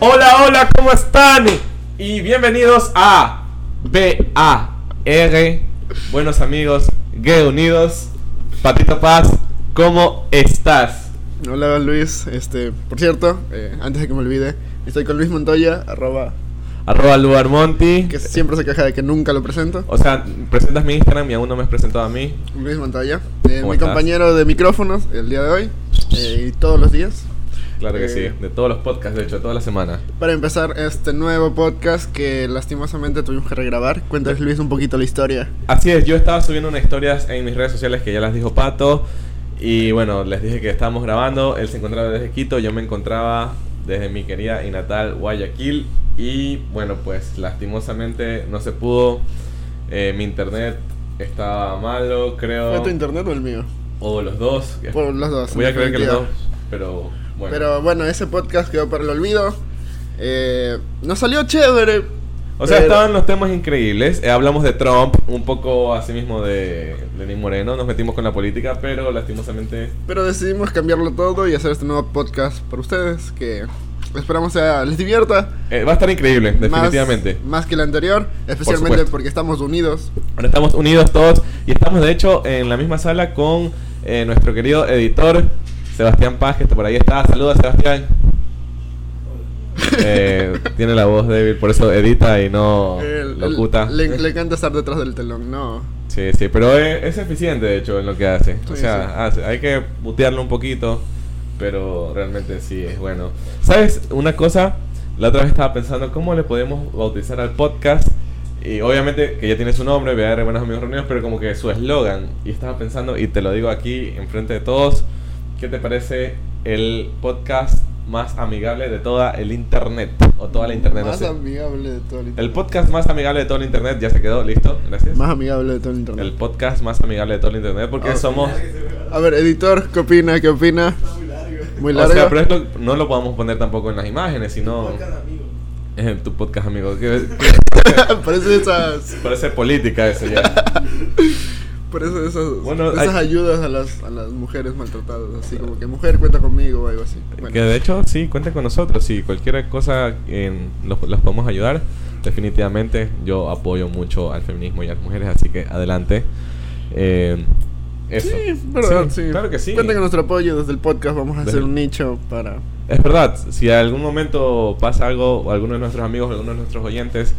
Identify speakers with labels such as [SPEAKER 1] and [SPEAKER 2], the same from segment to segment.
[SPEAKER 1] Hola, hola, ¿cómo están? Y bienvenidos a BAR, buenos amigos, gay unidos. Patito Paz, ¿cómo estás?
[SPEAKER 2] Hola Luis, este, por cierto, eh, antes de que me olvide, estoy con Luis Montoya, arroba,
[SPEAKER 1] Arroba Lugar Monti.
[SPEAKER 2] que siempre se queja de que nunca lo presento.
[SPEAKER 1] O sea, presentas mi Instagram y aún no me has presentado a mí.
[SPEAKER 2] Luis Montoya, eh,
[SPEAKER 1] ¿Cómo
[SPEAKER 2] mi
[SPEAKER 1] estás?
[SPEAKER 2] compañero de micrófonos el día de hoy eh, y todos los días.
[SPEAKER 1] Claro que
[SPEAKER 2] Eh.
[SPEAKER 1] sí, de todos los podcasts, de hecho, toda la semana.
[SPEAKER 2] Para empezar este nuevo podcast que lastimosamente tuvimos que regrabar, cuéntales Luis un poquito la historia.
[SPEAKER 1] Así es, yo estaba subiendo unas historias en mis redes sociales que ya las dijo Pato. Y bueno, les dije que estábamos grabando. Él se encontraba desde Quito, yo me encontraba desde mi querida y natal Guayaquil. Y bueno, pues lastimosamente no se pudo. Eh, mi internet estaba malo, creo.
[SPEAKER 2] ¿Fue tu internet o el mío?
[SPEAKER 1] O los dos.
[SPEAKER 2] Por los dos.
[SPEAKER 1] Voy
[SPEAKER 2] en
[SPEAKER 1] a creer que los dos.
[SPEAKER 2] definitiva.
[SPEAKER 1] Pero bueno.
[SPEAKER 2] Pero bueno, ese podcast quedó para el olvido. Eh, nos salió chévere.
[SPEAKER 1] o sea,
[SPEAKER 2] pero-
[SPEAKER 1] estaban los temas increíbles. Eh, hablamos de Trump, un poco así mismo de Lenín Moreno. Nos metimos con la política, pero lastimosamente
[SPEAKER 2] Pero decidimos cambiarlo todo y hacer este nuevo podcast para ustedes que esperamos sea, les divierta.
[SPEAKER 1] Eh, va a estar increíble,
[SPEAKER 2] más-
[SPEAKER 1] definitivamente.
[SPEAKER 2] Más, que el anterior, especialmente
[SPEAKER 1] supuesto.
[SPEAKER 2] porque estamos unidos.
[SPEAKER 1] Ahora estamos unidos todos y estamos de hecho en la misma sala con eh, nuestro querido editor Sebastián Paz, que está por ahí está. Saluda Sebastián. Eh, tiene la voz débil, por eso edita y no
[SPEAKER 2] El-
[SPEAKER 1] locuta.
[SPEAKER 2] el- le, le encanta estar detrás del telón, no.
[SPEAKER 1] Sí, sí, pero es, es eficiente de hecho en lo que hace. o
[SPEAKER 2] Sí,
[SPEAKER 1] sea,
[SPEAKER 2] sí.
[SPEAKER 1] hace- hay que mutearlo un poquito, pero realmente sí es bueno. ¿Sabes? Una cosa, la otra vez estaba pensando cómo le podemos bautizar al podcast. Y obviamente que ya tiene su nombre, VR Buenos Amigos Reunidos, pero como que su eslogan. Y estaba pensando, y te lo digo aquí enfrente de todos, ¿qué te parece el podcast más amigable de toda el internet? O toda la internet, no
[SPEAKER 2] Más
[SPEAKER 1] sé.
[SPEAKER 2] amigable de todo el internet.
[SPEAKER 1] El podcast más amigable de todo el internet, ya se quedó, listo, gracias.
[SPEAKER 2] Más amigable de todo el internet.
[SPEAKER 1] El podcast más amigable de todo el internet porque
[SPEAKER 2] Ah,
[SPEAKER 1] somos...
[SPEAKER 2] A ver, editor, ¿qué opina? ¿Qué opina? Muy
[SPEAKER 1] O
[SPEAKER 2] largo.
[SPEAKER 1] sea, pero es lo- no lo podemos poner tampoco en las imágenes, sino... Eh, Tu podcast amigo. que- que-
[SPEAKER 2] parece esas,
[SPEAKER 1] parece política eso ya.
[SPEAKER 2] parece esas,
[SPEAKER 1] Bueno,
[SPEAKER 2] esas
[SPEAKER 1] hay-
[SPEAKER 2] ayudas a las, a las mujeres maltratadas. Así como que mujer cuenta conmigo o algo así. Bueno.
[SPEAKER 1] Que de hecho, sí, cuenten con nosotros. Si cualquier cosa en, los, las podemos ayudar, definitivamente yo apoyo mucho al feminismo y a las mujeres, así que adelante. Eh, eso.
[SPEAKER 2] Sí, verdad, sí.
[SPEAKER 1] Claro que sí.
[SPEAKER 2] Cuenten con nuestro apoyo desde el podcast. Vamos a
[SPEAKER 1] Desde-
[SPEAKER 2] hacer un nicho para.
[SPEAKER 1] Es verdad, si en algún momento pasa algo, o alguno de nuestros amigos, alguno de nuestros oyentes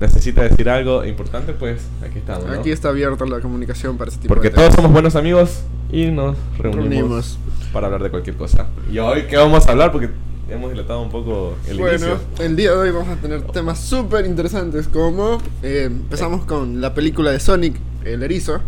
[SPEAKER 1] necesita decir algo importante, pues aquí estamos. ¿no?
[SPEAKER 2] Aquí está abierta la comunicación para ese tipo
[SPEAKER 1] Porque
[SPEAKER 2] de
[SPEAKER 1] todos
[SPEAKER 2] temas.
[SPEAKER 1] somos buenos amigos y nos reunimos,
[SPEAKER 2] Reunimos.
[SPEAKER 1] para hablar de cualquier cosa. Y hoy, ¿qué vamos a hablar? Porque hemos dilatado un poco el
[SPEAKER 2] bueno,
[SPEAKER 1] inicio.
[SPEAKER 2] el día de hoy vamos a tener temas súper interesantes como eh, empezamos con la película de Sonic, el erizo.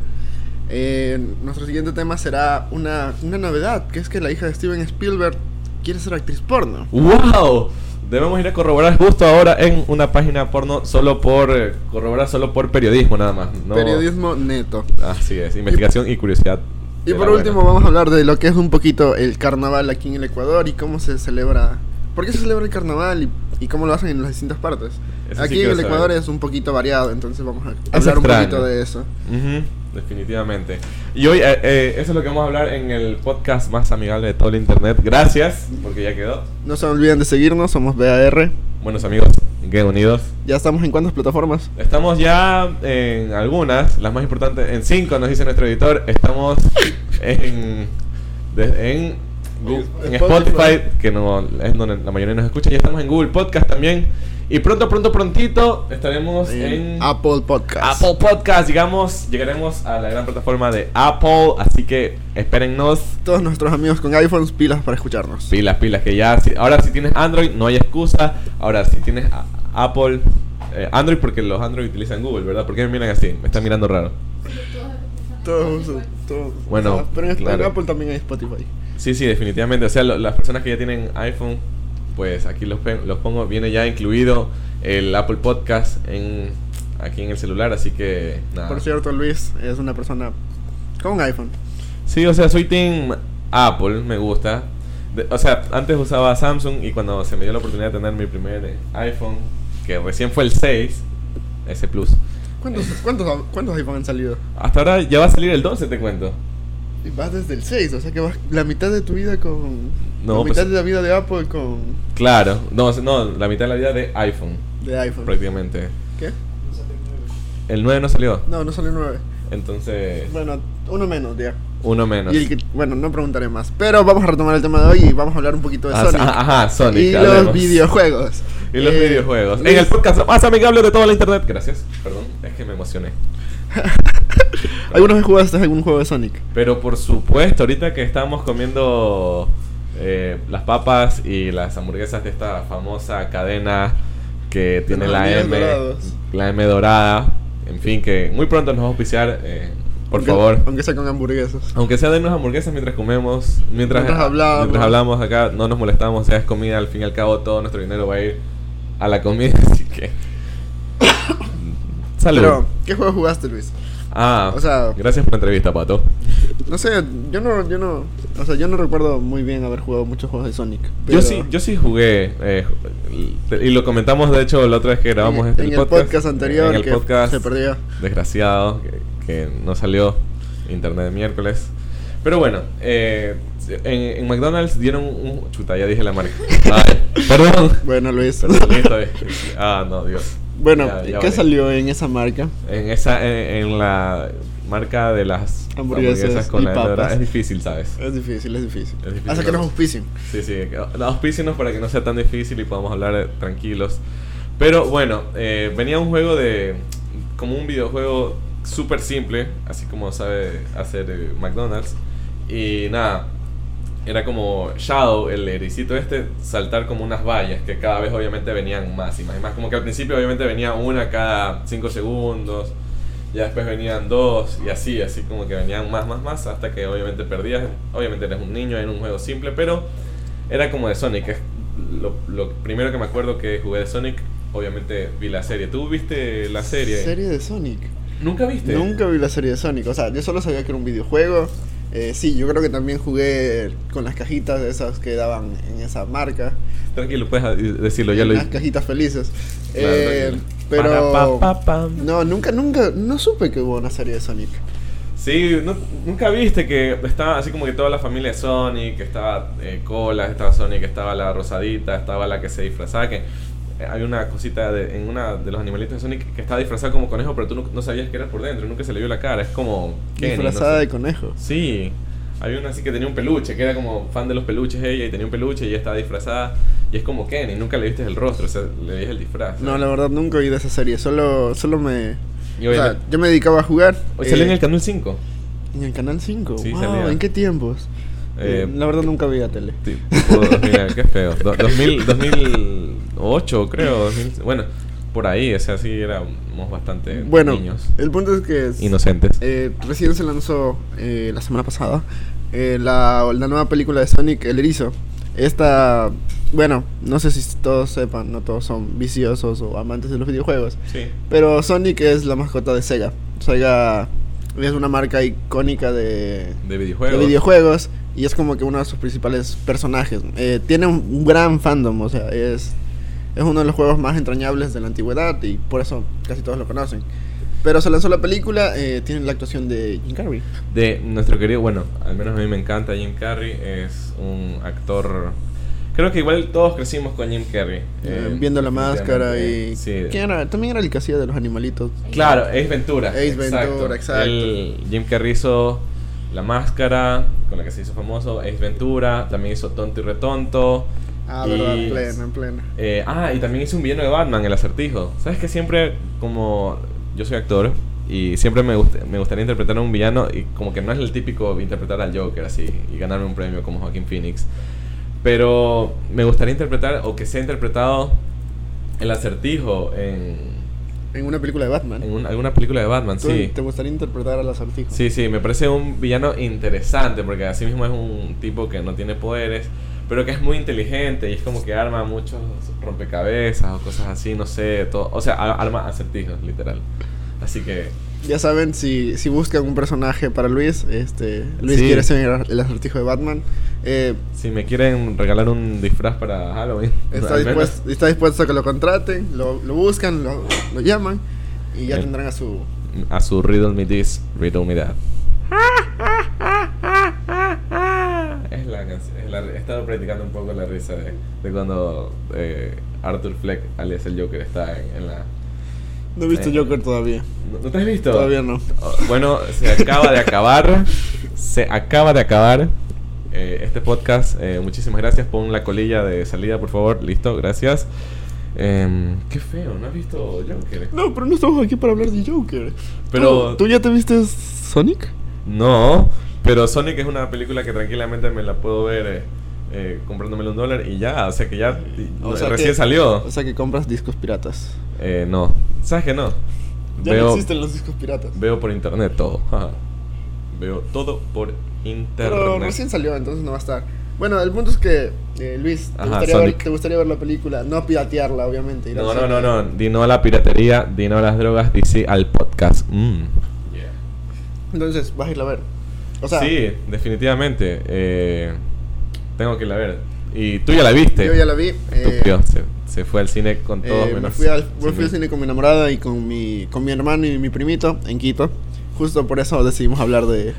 [SPEAKER 2] Eh, nuestro siguiente tema será una, una novedad, que es que la hija de Steven Spielberg quiere ser actriz porno.
[SPEAKER 1] ¡Wow! Debemos ir a corroborar justo ahora en una página porno solo por eh, corroborar solo por periodismo nada más. no-
[SPEAKER 2] Periodismo neto.
[SPEAKER 1] Así es, investigación y, curiosidad.
[SPEAKER 2] Y
[SPEAKER 1] de
[SPEAKER 2] por
[SPEAKER 1] la
[SPEAKER 2] último
[SPEAKER 1] buena.
[SPEAKER 2] vamos a hablar de lo que es un poquito el carnaval aquí en el Ecuador y cómo se celebra, por qué se celebra el carnaval y, y cómo lo hacen en las distintas partes.
[SPEAKER 1] Eso sí
[SPEAKER 2] aquí en
[SPEAKER 1] quiero
[SPEAKER 2] el Ecuador
[SPEAKER 1] saber.
[SPEAKER 2] es un poquito variado, entonces vamos a hablar un
[SPEAKER 1] extraño.
[SPEAKER 2] poquito de eso.
[SPEAKER 1] Ujú, definitivamente. Y hoy, eh, eh, eso es lo que vamos a hablar en el podcast más amigable de todo el internet. Gracias, porque ya quedó.
[SPEAKER 2] No se olviden de seguirnos, somos BAR.
[SPEAKER 1] Buenos amigos, Gay Unidos.
[SPEAKER 2] Ya estamos en cuántas plataformas.
[SPEAKER 1] Estamos ya en algunas, las más importantes, en cinco nos dice nuestro editor. Estamos en, de- en, Gu- en Spotify, que no, es donde la mayoría nos escucha. Ya estamos en Google Podcast también. Y pronto, pronto, prontito estaremos en,
[SPEAKER 2] Apple Podcast.
[SPEAKER 1] Apple Podcast. Llegamos, llegaremos a la gran plataforma de Apple, así que espérennos.
[SPEAKER 2] Todos nuestros amigos con iPhones, pilas para escucharnos.
[SPEAKER 1] Pilas, pilas, que ya. si- ahora si tienes Android, no hay excusa. Ahora si tienes a- Apple, eh, Android, porque los Android utilizan Google, ¿verdad? ¿Por qué me miran así? Me están mirando raro.
[SPEAKER 2] Todos, todos.
[SPEAKER 1] Bueno,
[SPEAKER 2] Ah, pero en,
[SPEAKER 1] claro.
[SPEAKER 2] en Apple también hay Spotify.
[SPEAKER 1] Sí, sí, definitivamente. O sea, lo- las personas que ya tienen iPhone, pues aquí los, pe- los pongo. Viene ya incluido el Apple Podcast en, aquí en el celular, así que nada.
[SPEAKER 2] Por cierto, Luis es una persona con iPhone.
[SPEAKER 1] Sí, o sea, soy team Apple, me gusta. De- o sea, antes usaba Samsung y cuando se me dio la oportunidad de tener mi primer eh, iPhone, que recién fue el 6, S Plus.
[SPEAKER 2] ¿Cuántos, cuántos, cuántos iPhone han salido?
[SPEAKER 1] Hasta ahora ya va a salir el 12, te cuento.
[SPEAKER 2] Y vas desde el 6, o sea que vas la mitad de tu vida con.
[SPEAKER 1] No,
[SPEAKER 2] la
[SPEAKER 1] pues-
[SPEAKER 2] mitad de la vida de Apple con.
[SPEAKER 1] Claro, no, no, la mitad de la vida de iPhone,
[SPEAKER 2] de iPhone.
[SPEAKER 1] prácticamente.
[SPEAKER 2] ¿Qué?
[SPEAKER 1] El 9 no salió,
[SPEAKER 2] No, no salió 9.
[SPEAKER 1] entonces
[SPEAKER 2] Bueno, uno menos, ya.
[SPEAKER 1] uno menos.
[SPEAKER 2] Y el que- bueno, no preguntaré más. Pero vamos a retomar el tema de hoy y vamos a hablar un poquito de
[SPEAKER 1] Ah,
[SPEAKER 2] Sonic.
[SPEAKER 1] ajá, ajá, Sonic.
[SPEAKER 2] y los
[SPEAKER 1] hablemos.
[SPEAKER 2] videojuegos.
[SPEAKER 1] Y los
[SPEAKER 2] Eh,
[SPEAKER 1] videojuegos.
[SPEAKER 2] Luis-
[SPEAKER 1] En el podcast más amigable de toda la internet. Gracias. Perdón, es que me emocioné.
[SPEAKER 2] ¿Alguna vez jugaste algún juego de Sonic?
[SPEAKER 1] Pero por supuesto, ahorita que estamos comiendo eh, las papas y las hamburguesas de esta famosa cadena que tiene
[SPEAKER 2] los
[SPEAKER 1] la
[SPEAKER 2] días
[SPEAKER 1] M,
[SPEAKER 2] dorados.
[SPEAKER 1] la M dorada, en fin, que muy pronto nos va a auspiciar, eh, por
[SPEAKER 2] Aunque-
[SPEAKER 1] favor. Ah,
[SPEAKER 2] Aunque sea con hamburguesas.
[SPEAKER 1] Aunque sea de unas hamburguesas mientras comemos, mientras,
[SPEAKER 2] Mientras hablamos.
[SPEAKER 1] mientras hablamos acá, no nos molestamos, o sea, es comida, al fin y al cabo todo nuestro dinero va a ir a la comida, así que... Salud.
[SPEAKER 2] Pero, ¿qué juego jugaste, Luis?
[SPEAKER 1] ah,
[SPEAKER 2] o sea-
[SPEAKER 1] gracias por la entrevista, Pato.
[SPEAKER 2] No sé, yo no, yo no, o sea, yo no recuerdo muy bien haber jugado muchos juegos de Sonic. pero
[SPEAKER 1] Yo sí, yo sí jugué, eh, y lo comentamos de hecho la otra vez que grabamos
[SPEAKER 2] en,
[SPEAKER 1] este
[SPEAKER 2] en el podcast, anterior
[SPEAKER 1] en el
[SPEAKER 2] que
[SPEAKER 1] podcast
[SPEAKER 2] se perdió.
[SPEAKER 1] desgraciado que, que no salió internet de miércoles. Pero bueno, eh, en, en McDonald's dieron un chuta, ya dije la marca. Ay, Ah, eh, perdón.
[SPEAKER 2] Bueno, Luis.
[SPEAKER 1] Perdón, listo, eh. Ah, no, Dios.
[SPEAKER 2] bueno,
[SPEAKER 1] Ya- ya
[SPEAKER 2] ¿qué
[SPEAKER 1] vale.
[SPEAKER 2] salió en esa marca?
[SPEAKER 1] En esa en, en la marca de las
[SPEAKER 2] Hamburguesas y
[SPEAKER 1] la
[SPEAKER 2] papas. Eh,
[SPEAKER 1] dorada, es difícil, ¿sabes?
[SPEAKER 2] Es difícil, es difícil.
[SPEAKER 1] Es difícil,
[SPEAKER 2] Hasta que nos
[SPEAKER 1] ¿no?
[SPEAKER 2] auspicien.
[SPEAKER 1] Sí, sí, auspícenos para que no sea tan difícil y podamos hablar eh, tranquilos. Pero bueno, eh, venía un juego de. como un videojuego súper simple, así como sabe hacer eh, McDonald's. Y nada, era como Shadow, el ericito este, saltar como unas vallas que cada vez obviamente venían más y más y más. Como que al principio obviamente venía una cada 5 segundos, ya después venían dos y así, así como que venían más, más, más, hasta que obviamente perdías. Obviamente eres un niño en un juego simple, pero era como de Sonic. Es lo, lo primero que me acuerdo que jugué de Sonic, obviamente vi la serie. ¿Tú viste la serie?
[SPEAKER 2] Serie de Sonic.
[SPEAKER 1] ¿Nunca viste?
[SPEAKER 2] Nunca vi la serie de Sonic, o sea, yo solo sabía que era un videojuego. Eh, sí, yo creo que también jugué con las cajitas esas que daban en esa marca.
[SPEAKER 1] Tranquilo, puedes decirlo, ya lo
[SPEAKER 2] Las
[SPEAKER 1] hice.
[SPEAKER 2] cajitas felices.
[SPEAKER 1] Claro,
[SPEAKER 2] Eh,
[SPEAKER 1] tranquilo.
[SPEAKER 2] pero...
[SPEAKER 1] Para, pa, pa, pam.
[SPEAKER 2] No, nunca, nunca, no supe que hubo una serie de Sonic.
[SPEAKER 1] Sí, nu- nunca viste que estaba así como que toda la familia de Sonic, que estaba eh, Colas, estaba Sonic, estaba la rosadita, estaba la que se disfrazaba, que eh, hay una cosita de, en una de los animalitos de Sonic que estaba disfrazada como conejo, pero tú no, no sabías que era por dentro, nunca se le vio la cara, es como... Kenny, no
[SPEAKER 2] disfrazada
[SPEAKER 1] sé.
[SPEAKER 2] de conejo.
[SPEAKER 1] Sí, había una así que tenía un peluche, que era como fan de los peluches ella, y tenía un peluche y ella estaba disfrazada, y es como Kenny, nunca le viste el rostro, o sea, le viste el disfraz.
[SPEAKER 2] No, la verdad nunca oí de esa serie, solo, solo me...
[SPEAKER 1] Y
[SPEAKER 2] o sea,
[SPEAKER 1] obviamente-
[SPEAKER 2] yo me dedicaba a jugar.
[SPEAKER 1] Hoy
[SPEAKER 2] eh,
[SPEAKER 1] salió en el canal 5.
[SPEAKER 2] en el canal 5.
[SPEAKER 1] Sí,
[SPEAKER 2] wow,
[SPEAKER 1] salía.
[SPEAKER 2] ¿en qué tiempos?
[SPEAKER 1] Eh,
[SPEAKER 2] Eh, la verdad nunca vi la tele.
[SPEAKER 1] Sí, tipo 2000, qué feo. Do- 2000, 2008, creo. 2000, bueno, por ahí, o sea, sí éramos bastante
[SPEAKER 2] Bueno,
[SPEAKER 1] eh, niños
[SPEAKER 2] el punto es que... es-
[SPEAKER 1] inocentes.
[SPEAKER 2] Eh, recién se lanzó eh, la semana pasada eh, la, la nueva película de Sonic el Erizo. Esta, bueno, no sé si todos sepan, no todos son viciosos o amantes de los videojuegos,
[SPEAKER 1] sí.
[SPEAKER 2] pero Sonic es la mascota de Sega. Sega es una marca icónica de,
[SPEAKER 1] De
[SPEAKER 2] de
[SPEAKER 1] videojuegos.
[SPEAKER 2] videojuegos y es como que uno de sus principales personajes. Eh, tiene un, un gran fandom, o sea, es, es uno de los juegos más entrañables de la antigüedad y por eso casi todos lo conocen. Pero se lanzó la película, eh, tiene la actuación de Jim Carrey.
[SPEAKER 1] De nuestro querido, bueno, al menos a mí me encanta Jim Carrey. Es un actor. Creo que igual todos crecimos con Jim Carrey.
[SPEAKER 2] eh,
[SPEAKER 1] eh,
[SPEAKER 2] viendo la máscara y...
[SPEAKER 1] Sí.
[SPEAKER 2] ¿Quién era? También era el que hacía de los animalitos.
[SPEAKER 1] Claro, Ace Ventura.
[SPEAKER 2] Ace Ventura, exacto.
[SPEAKER 1] El Jim Carrey hizo La Máscara, con la que se hizo famoso. Ace Ventura, también hizo Tonto y Retonto.
[SPEAKER 2] Ah,
[SPEAKER 1] y-
[SPEAKER 2] verdad, en plena, en plena.
[SPEAKER 1] Eh, ah, y también hice un villano de Batman, el acertijo. ¿Sabes que siempre, como yo soy actor, y siempre me, gust- me gustaría interpretar a un villano, y como que no es el típico interpretar al Joker así, y ganarme un premio como Joaquín Phoenix. Pero me gustaría interpretar, o que sea interpretado el acertijo en,
[SPEAKER 2] En una película de Batman.
[SPEAKER 1] en un- alguna película de Batman,
[SPEAKER 2] ¿Tú
[SPEAKER 1] sí.
[SPEAKER 2] ¿Te gustaría interpretar al acertijo?
[SPEAKER 1] Sí, sí, me parece un villano interesante porque así mismo es un tipo que no tiene poderes, pero que es muy inteligente y es como que arma muchos rompecabezas o cosas así, no sé, todo, o sea, a- arma acertijos, literal. Así que
[SPEAKER 2] Ya saben, si, si buscan un personaje para Luis, este, Luis
[SPEAKER 1] Sí.
[SPEAKER 2] quiere ser el, el acertijo de Batman. eh,
[SPEAKER 1] si me quieren regalar un disfraz para Halloween,
[SPEAKER 2] está,
[SPEAKER 1] al menos,
[SPEAKER 2] dispuesto, está dispuesto a que lo contraten, lo, lo buscan, lo, lo llaman y ya
[SPEAKER 1] Eh.
[SPEAKER 2] tendrán a su...
[SPEAKER 1] a su riddle me this, riddle me that. es la- he estado practicando un poco la risa de, de cuando eh, Arthur Fleck, alias el Joker, está en, en la...
[SPEAKER 2] No he visto
[SPEAKER 1] Eh,
[SPEAKER 2] Joker todavía.
[SPEAKER 1] ¿No- ¿No te has visto?
[SPEAKER 2] Todavía no.
[SPEAKER 1] Oh, Bueno, se acaba de acabar. Se acaba de acabar eh, este podcast. Eh, muchísimas gracias. Pon la colilla de salida, por favor. Listo, gracias. Em, qué feo, ¿no has visto Joker?
[SPEAKER 2] No, pero no estamos aquí para hablar de Joker.
[SPEAKER 1] Pero-
[SPEAKER 2] ¿Tú, tú ya te viste Sonic?
[SPEAKER 1] No, pero Sonic es una película que tranquilamente me la puedo ver eh, eh, comprándomela un dólar y ya, o sea que ya y-
[SPEAKER 2] O
[SPEAKER 1] no,
[SPEAKER 2] sea
[SPEAKER 1] recién
[SPEAKER 2] que-
[SPEAKER 1] salió.
[SPEAKER 2] O sea que compras discos piratas.
[SPEAKER 1] Eh, no, ¿sabes que no?
[SPEAKER 2] Ya
[SPEAKER 1] veo,
[SPEAKER 2] no existen los discos piratas.
[SPEAKER 1] veo por internet todo. ajá. Veo todo por internet.
[SPEAKER 2] Pero recién salió, entonces no va a estar. Bueno, el punto es que, eh, Luis, te,
[SPEAKER 1] Ajá,
[SPEAKER 2] gustaría ver,
[SPEAKER 1] Sonic.
[SPEAKER 2] te gustaría ver la película, no piratearla, obviamente. ir al
[SPEAKER 1] No, no,
[SPEAKER 2] cine.
[SPEAKER 1] no, no. Di no a la piratería, di no a las drogas, di sí al podcast. Mm.
[SPEAKER 2] Entonces, vas a irla a ver. O sea,
[SPEAKER 1] sí, definitivamente. eh, tengo que ir a ver. Y tú ya la viste.
[SPEAKER 2] yo ya la vi. eh,
[SPEAKER 1] Estúpido, se, se fue al cine con todos
[SPEAKER 2] Eh, me
[SPEAKER 1] menos-
[SPEAKER 2] fui al,
[SPEAKER 1] sin
[SPEAKER 2] me fui al
[SPEAKER 1] mí.
[SPEAKER 2] cine con mi enamorada y con mi, con mi hermano y mi primito en Quito. Justo por eso decidimos hablar de,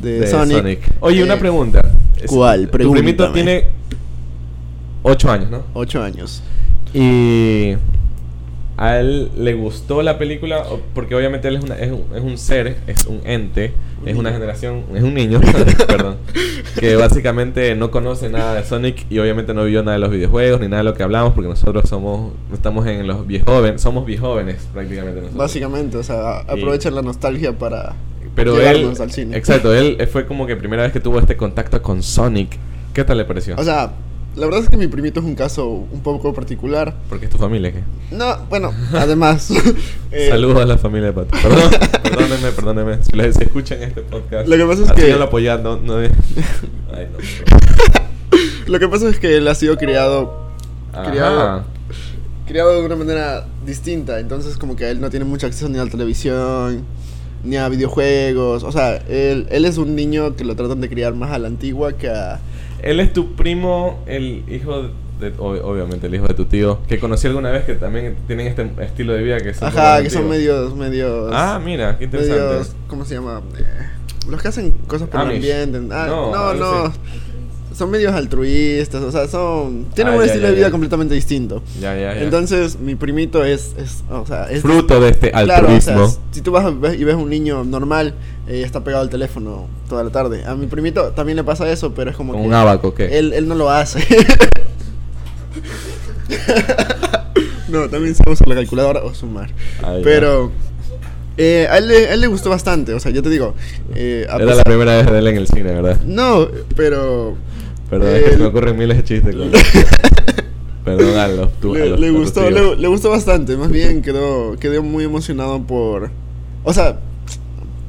[SPEAKER 2] de,
[SPEAKER 1] de
[SPEAKER 2] Sonic.
[SPEAKER 1] Oye,
[SPEAKER 2] Eh,
[SPEAKER 1] una pregunta. Es-
[SPEAKER 2] ¿cuál?
[SPEAKER 1] Tu primito
[SPEAKER 2] Pregúntame.
[SPEAKER 1] tiene 8 años, ¿no?
[SPEAKER 2] Eh, Ocho años.
[SPEAKER 1] Y a él le gustó la película O- porque obviamente él es, una- es un, es un ser, es un ente,
[SPEAKER 2] Un
[SPEAKER 1] es una
[SPEAKER 2] niño.
[SPEAKER 1] generación, es un niño, perdón, que básicamente no conoce nada de Sonic y obviamente no vio nada de los videojuegos ni nada de lo que hablamos porque nosotros somos estamos en los viejóvenes, somos viejóvenes prácticamente nosotros.
[SPEAKER 2] Básicamente, o sea,
[SPEAKER 1] Y-
[SPEAKER 2] aprovechan la nostalgia para
[SPEAKER 1] Pero él
[SPEAKER 2] llevarnos al cine.
[SPEAKER 1] Exacto, él eh, fue como que primera vez que tuvo este contacto con Sonic. ¿Qué tal le pareció?
[SPEAKER 2] O sea, la verdad es que mi primito es un caso un poco particular.
[SPEAKER 1] porque es tu familia, ¿qué?
[SPEAKER 2] No, bueno, además. eh,
[SPEAKER 1] Saludos a la familia de Pato. Perdón, perdónenme, perdónenme. Si les escuchan este podcast.
[SPEAKER 2] Lo que pasa es
[SPEAKER 1] así
[SPEAKER 2] que-
[SPEAKER 1] no lo apoyan, no, no. Ay, no.
[SPEAKER 2] Lo que pasa es que él ha sido criado,
[SPEAKER 1] Ajá.
[SPEAKER 2] Criado. criado de una manera distinta. Entonces, como que él no tiene mucho acceso ni a la televisión, ni a videojuegos. O sea, él, él es un niño que lo tratan de criar más a la antigua que a.
[SPEAKER 1] Él es tu primo, el hijo de. ob- obviamente, el hijo de tu tío. Que conocí alguna vez que también tienen este estilo de vida que son.
[SPEAKER 2] Ajá,
[SPEAKER 1] como
[SPEAKER 2] que son
[SPEAKER 1] antiguos.
[SPEAKER 2] medios. medios
[SPEAKER 1] Ah, mira, qué interesante.
[SPEAKER 2] medios, ¿Cómo se llama? Eh, los que hacen cosas por
[SPEAKER 1] Amish.
[SPEAKER 2] el ambiente. Ah,
[SPEAKER 1] No,
[SPEAKER 2] no,
[SPEAKER 1] algo
[SPEAKER 2] no.
[SPEAKER 1] así.
[SPEAKER 2] Son medios altruistas, o sea, son. Tienen
[SPEAKER 1] Ah,
[SPEAKER 2] un
[SPEAKER 1] ya,
[SPEAKER 2] estilo
[SPEAKER 1] ya,
[SPEAKER 2] de vida
[SPEAKER 1] ya.
[SPEAKER 2] completamente distinto.
[SPEAKER 1] Ya, ya, ya.
[SPEAKER 2] Entonces, mi primito es. es o sea, es
[SPEAKER 1] Fruto de este
[SPEAKER 2] Claro, o
[SPEAKER 1] altruismo.
[SPEAKER 2] sea, si tú vas a- ves- y ves un niño normal, eh, está pegado al teléfono toda la tarde. A mi primito también le pasa eso, pero es como
[SPEAKER 1] con
[SPEAKER 2] que
[SPEAKER 1] un abaco, ¿qué?
[SPEAKER 2] él, él no lo hace. no, también se usa la calculadora o sumar.
[SPEAKER 1] Ay, ya.
[SPEAKER 2] pero eh, a, él, le- a él le gustó bastante, o sea, yo te digo. eh, a
[SPEAKER 1] Era la
[SPEAKER 2] pesar-
[SPEAKER 1] primera vez de él en el cine, ¿verdad?
[SPEAKER 2] No, pero.
[SPEAKER 1] Perdón, es que se
[SPEAKER 2] él-
[SPEAKER 1] me ocurren miles de chistes. con- Perdón, a los tu- a
[SPEAKER 2] le,
[SPEAKER 1] los-
[SPEAKER 2] le
[SPEAKER 1] a tus
[SPEAKER 2] gustó,
[SPEAKER 1] tíos.
[SPEAKER 2] le, le gustó bastante. Más bien quedó, quedó muy emocionado por. O sea,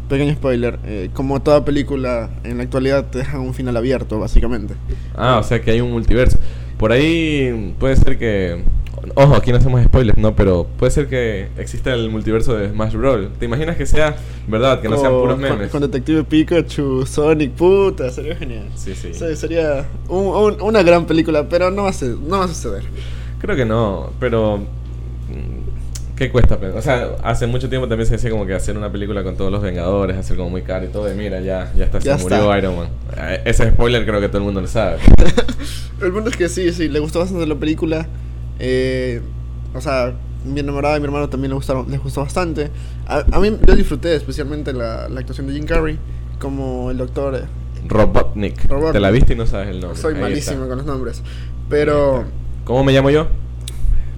[SPEAKER 2] pequeño spoiler. eh, como toda película en la actualidad te dejan un final abierto, básicamente.
[SPEAKER 1] Ah, o sea que hay un multiverso. Por ahí puede ser que. Ojo, aquí no hacemos spoilers, ¿no? Pero puede ser que exista el multiverso de Smash Bros. ¿Te imaginas que sea verdad? Que no sean
[SPEAKER 2] Con-
[SPEAKER 1] puros
[SPEAKER 2] con-
[SPEAKER 1] memes.
[SPEAKER 2] Con, Detective Pikachu, Sonic, puta, sería genial.
[SPEAKER 1] Sí, sí.
[SPEAKER 2] Se- Sería un- un- una gran película, pero no va a, ser- no va a suceder.
[SPEAKER 1] Creo que no, pero. mm, ¿Qué cuesta? pe- O sea, hace mucho tiempo también se decía como que hacer una película con todos los Vengadores, hacer como muy caro y todo. Y mira, ya, ya está,
[SPEAKER 2] Ya
[SPEAKER 1] se
[SPEAKER 2] está.
[SPEAKER 1] murió Iron Man. Eh, Ese spoiler creo que todo el mundo lo sabe.
[SPEAKER 2] El punto es que sí, sí, le gustó bastante la película. eh, o sea, mi enamorada y mi hermano también le gustaron, les gustó bastante. A, a mí yo disfruté especialmente la, la actuación de Jim Carrey como el doctor. eh,
[SPEAKER 1] Robotnik. Te la
[SPEAKER 2] Robotnik.
[SPEAKER 1] viste y no sabes el nombre.
[SPEAKER 2] Soy
[SPEAKER 1] Ahí
[SPEAKER 2] malísimo
[SPEAKER 1] está.
[SPEAKER 2] con los nombres. Pero,
[SPEAKER 1] ¿Cómo me llamo yo?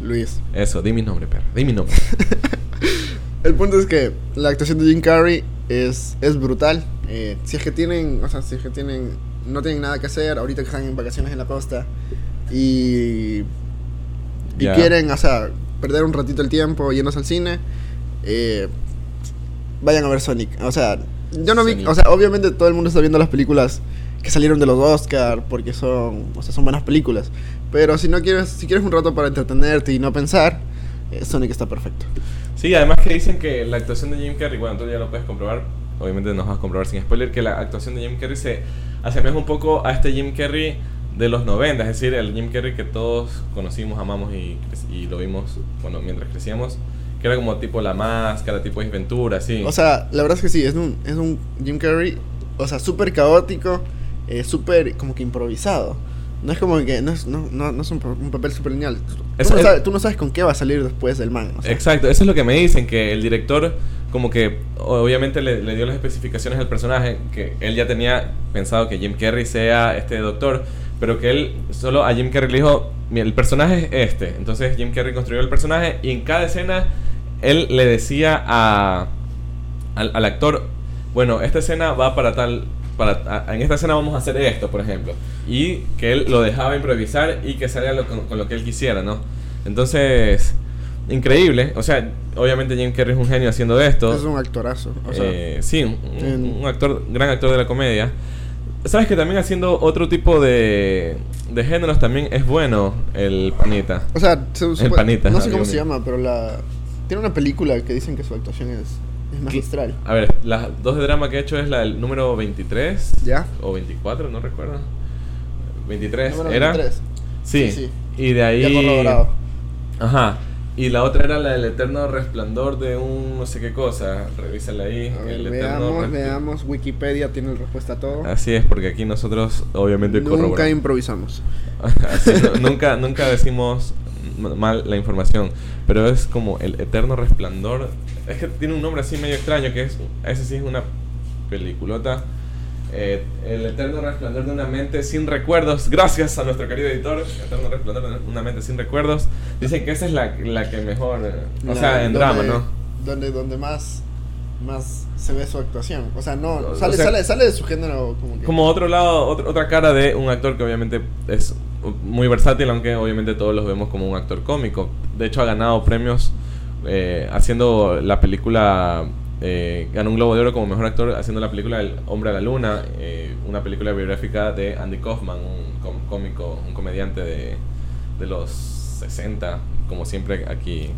[SPEAKER 2] Luis.
[SPEAKER 1] Eso, di mi nombre, perra. Di mi nombre.
[SPEAKER 2] El punto es que la actuación de Jim Carrey es, es brutal. eh, si es que tienen, o sea, si es que tienen, no tienen nada que hacer, ahorita que están en vacaciones en la costa y, y
[SPEAKER 1] Ya.
[SPEAKER 2] quieren, o sea, perder un ratito el tiempo yéndose al cine, eh, vayan a ver Sonic. O sea, yo no vi,
[SPEAKER 1] Sonic.
[SPEAKER 2] o sea, obviamente todo el mundo está viendo las películas que salieron de los Oscar porque son, o sea, son buenas películas. Pero si no quieres, si quieres un rato para entretenerte y no pensar, eh, Sonic está perfecto.
[SPEAKER 1] Sí, además que dicen que la actuación de Jim Carrey, bueno, tú ya lo puedes comprobar, obviamente nos vas a comprobar sin spoiler, que la actuación de Jim Carrey se asemeja un poco a este Jim Carrey de los 90, es decir, el Jim Carrey que todos conocimos, amamos y, cre- y lo vimos, bueno, mientras crecíamos, que era como tipo la máscara, tipo Ace Ventura, así.
[SPEAKER 2] O sea, la verdad es que sí, es un, es un Jim Carrey, o sea, súper caótico, eh, súper como que improvisado. No es como que, no es, no, no, no es un, un papel súper lineal. Tú,
[SPEAKER 1] Eso
[SPEAKER 2] no
[SPEAKER 1] es-
[SPEAKER 2] sabes, tú no sabes con qué va a salir después del man. o sea.
[SPEAKER 1] Exacto, eso es lo que me dicen, que el director como que o- obviamente le, le dio las especificaciones al personaje, que él ya tenía pensado que Jim Carrey sea este doctor, pero que él solo a Jim Carrey le dijo, "Mira, el personaje es este. Entonces Jim Carrey construyó el personaje y en cada escena él le decía a, al, al actor, bueno, esta escena va para tal... Para, a- en esta escena vamos a hacer esto, por ejemplo. Y que él lo dejaba improvisar y que salga lo- con, con lo que él quisiera, ¿no? Entonces, increíble. O sea, obviamente Jim Carrey es un genio haciendo esto.
[SPEAKER 2] Es un actorazo. O sea,
[SPEAKER 1] Eh, sí, un, un-
[SPEAKER 2] en-
[SPEAKER 1] un actor, gran actor de la comedia. Sabes que también haciendo otro tipo de, de géneros también es bueno el panita.
[SPEAKER 2] o sea se- se-
[SPEAKER 1] panita,
[SPEAKER 2] no
[SPEAKER 1] ajá,
[SPEAKER 2] sé cómo
[SPEAKER 1] digo,
[SPEAKER 2] se
[SPEAKER 1] mira.
[SPEAKER 2] llama, pero la tiene una película que dicen que su actuación es, es magistral.
[SPEAKER 1] A ver, las dos de drama que he hecho es la del número 23
[SPEAKER 2] Ya.
[SPEAKER 1] o 24, no recuerdo. 23
[SPEAKER 2] Número
[SPEAKER 1] era.
[SPEAKER 2] 23.
[SPEAKER 1] Sí,
[SPEAKER 2] Sí,
[SPEAKER 1] Y de ahí.
[SPEAKER 2] Ya corroborado.
[SPEAKER 1] Ajá. Y la otra era la del eterno resplendor de un no sé qué cosa. Revísala ahí.
[SPEAKER 2] A ver,
[SPEAKER 1] el eterno Ah,
[SPEAKER 2] veamos,
[SPEAKER 1] respl-
[SPEAKER 2] veamos. Wikipedia tiene la respuesta a todo.
[SPEAKER 1] Así es, porque aquí nosotros obviamente
[SPEAKER 2] Nunca
[SPEAKER 1] corroboramos.
[SPEAKER 2] improvisamos.
[SPEAKER 1] Así, no- nunca, nunca decimos m- mal la información, pero es como el eterno resplandor. Es que tiene un nombre así medio extraño, que es, ese sí es una peliculota. Eh, el eterno resplandor de una mente sin recuerdos. Gracias a nuestro querido editor. Eterno resplandor de una mente sin recuerdos. Dicen que esa es la, la que mejor... eh, O
[SPEAKER 2] La-
[SPEAKER 1] sea, en
[SPEAKER 2] donde-
[SPEAKER 1] drama, ¿no?
[SPEAKER 2] Donde, donde más, más se ve su actuación. O sea, no,
[SPEAKER 1] O
[SPEAKER 2] sale,
[SPEAKER 1] sea-
[SPEAKER 2] sale, sale de su género como que...
[SPEAKER 1] Como otro lado, otro- otra cara de un actor que obviamente es muy versátil, aunque obviamente todos los vemos como un actor cómico. De hecho, ha ganado premios eh, haciendo la película. eh, ganó un Globo de Oro como mejor actor haciendo la película El Hombre a la Luna, eh, una película biográfica de Andy Kaufman, un com- cómico, un comediante de, de los 60, como siempre aquí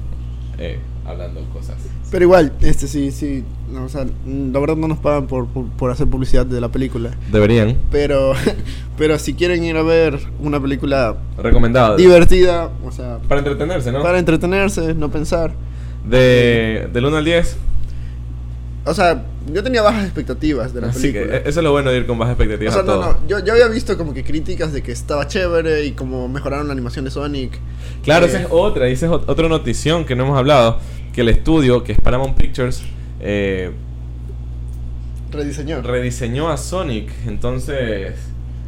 [SPEAKER 1] eh, hablando cosas.
[SPEAKER 2] Pero igual, este sí, sí, no, o sea, mm, la verdad no nos pagan por, por, por hacer publicidad de la película.
[SPEAKER 1] Deberían.
[SPEAKER 2] Pero, pero si quieren ir a ver una película
[SPEAKER 1] Recomendado.
[SPEAKER 2] divertida, o sea,
[SPEAKER 1] Para entretenerse, ¿no?
[SPEAKER 2] para entretenerse, no pensar.
[SPEAKER 1] De, del 1 al 10,
[SPEAKER 2] O sea, yo tenía bajas expectativas de la
[SPEAKER 1] Así que
[SPEAKER 2] película.
[SPEAKER 1] eh, eso es lo bueno de ir con bajas
[SPEAKER 2] O
[SPEAKER 1] expectativas
[SPEAKER 2] sea,
[SPEAKER 1] a
[SPEAKER 2] no,
[SPEAKER 1] todo.
[SPEAKER 2] no, yo, yo había visto como que críticas de que estaba chévere y como mejoraron la animación de Sonic.
[SPEAKER 1] Claro,
[SPEAKER 2] Eh,
[SPEAKER 1] esa es otra, y esa es ot- otra notición que no hemos hablado, que el estudio, que es Paramount Pictures, eh,
[SPEAKER 2] Rediseñó.
[SPEAKER 1] rediseñó a Sonic, entonces...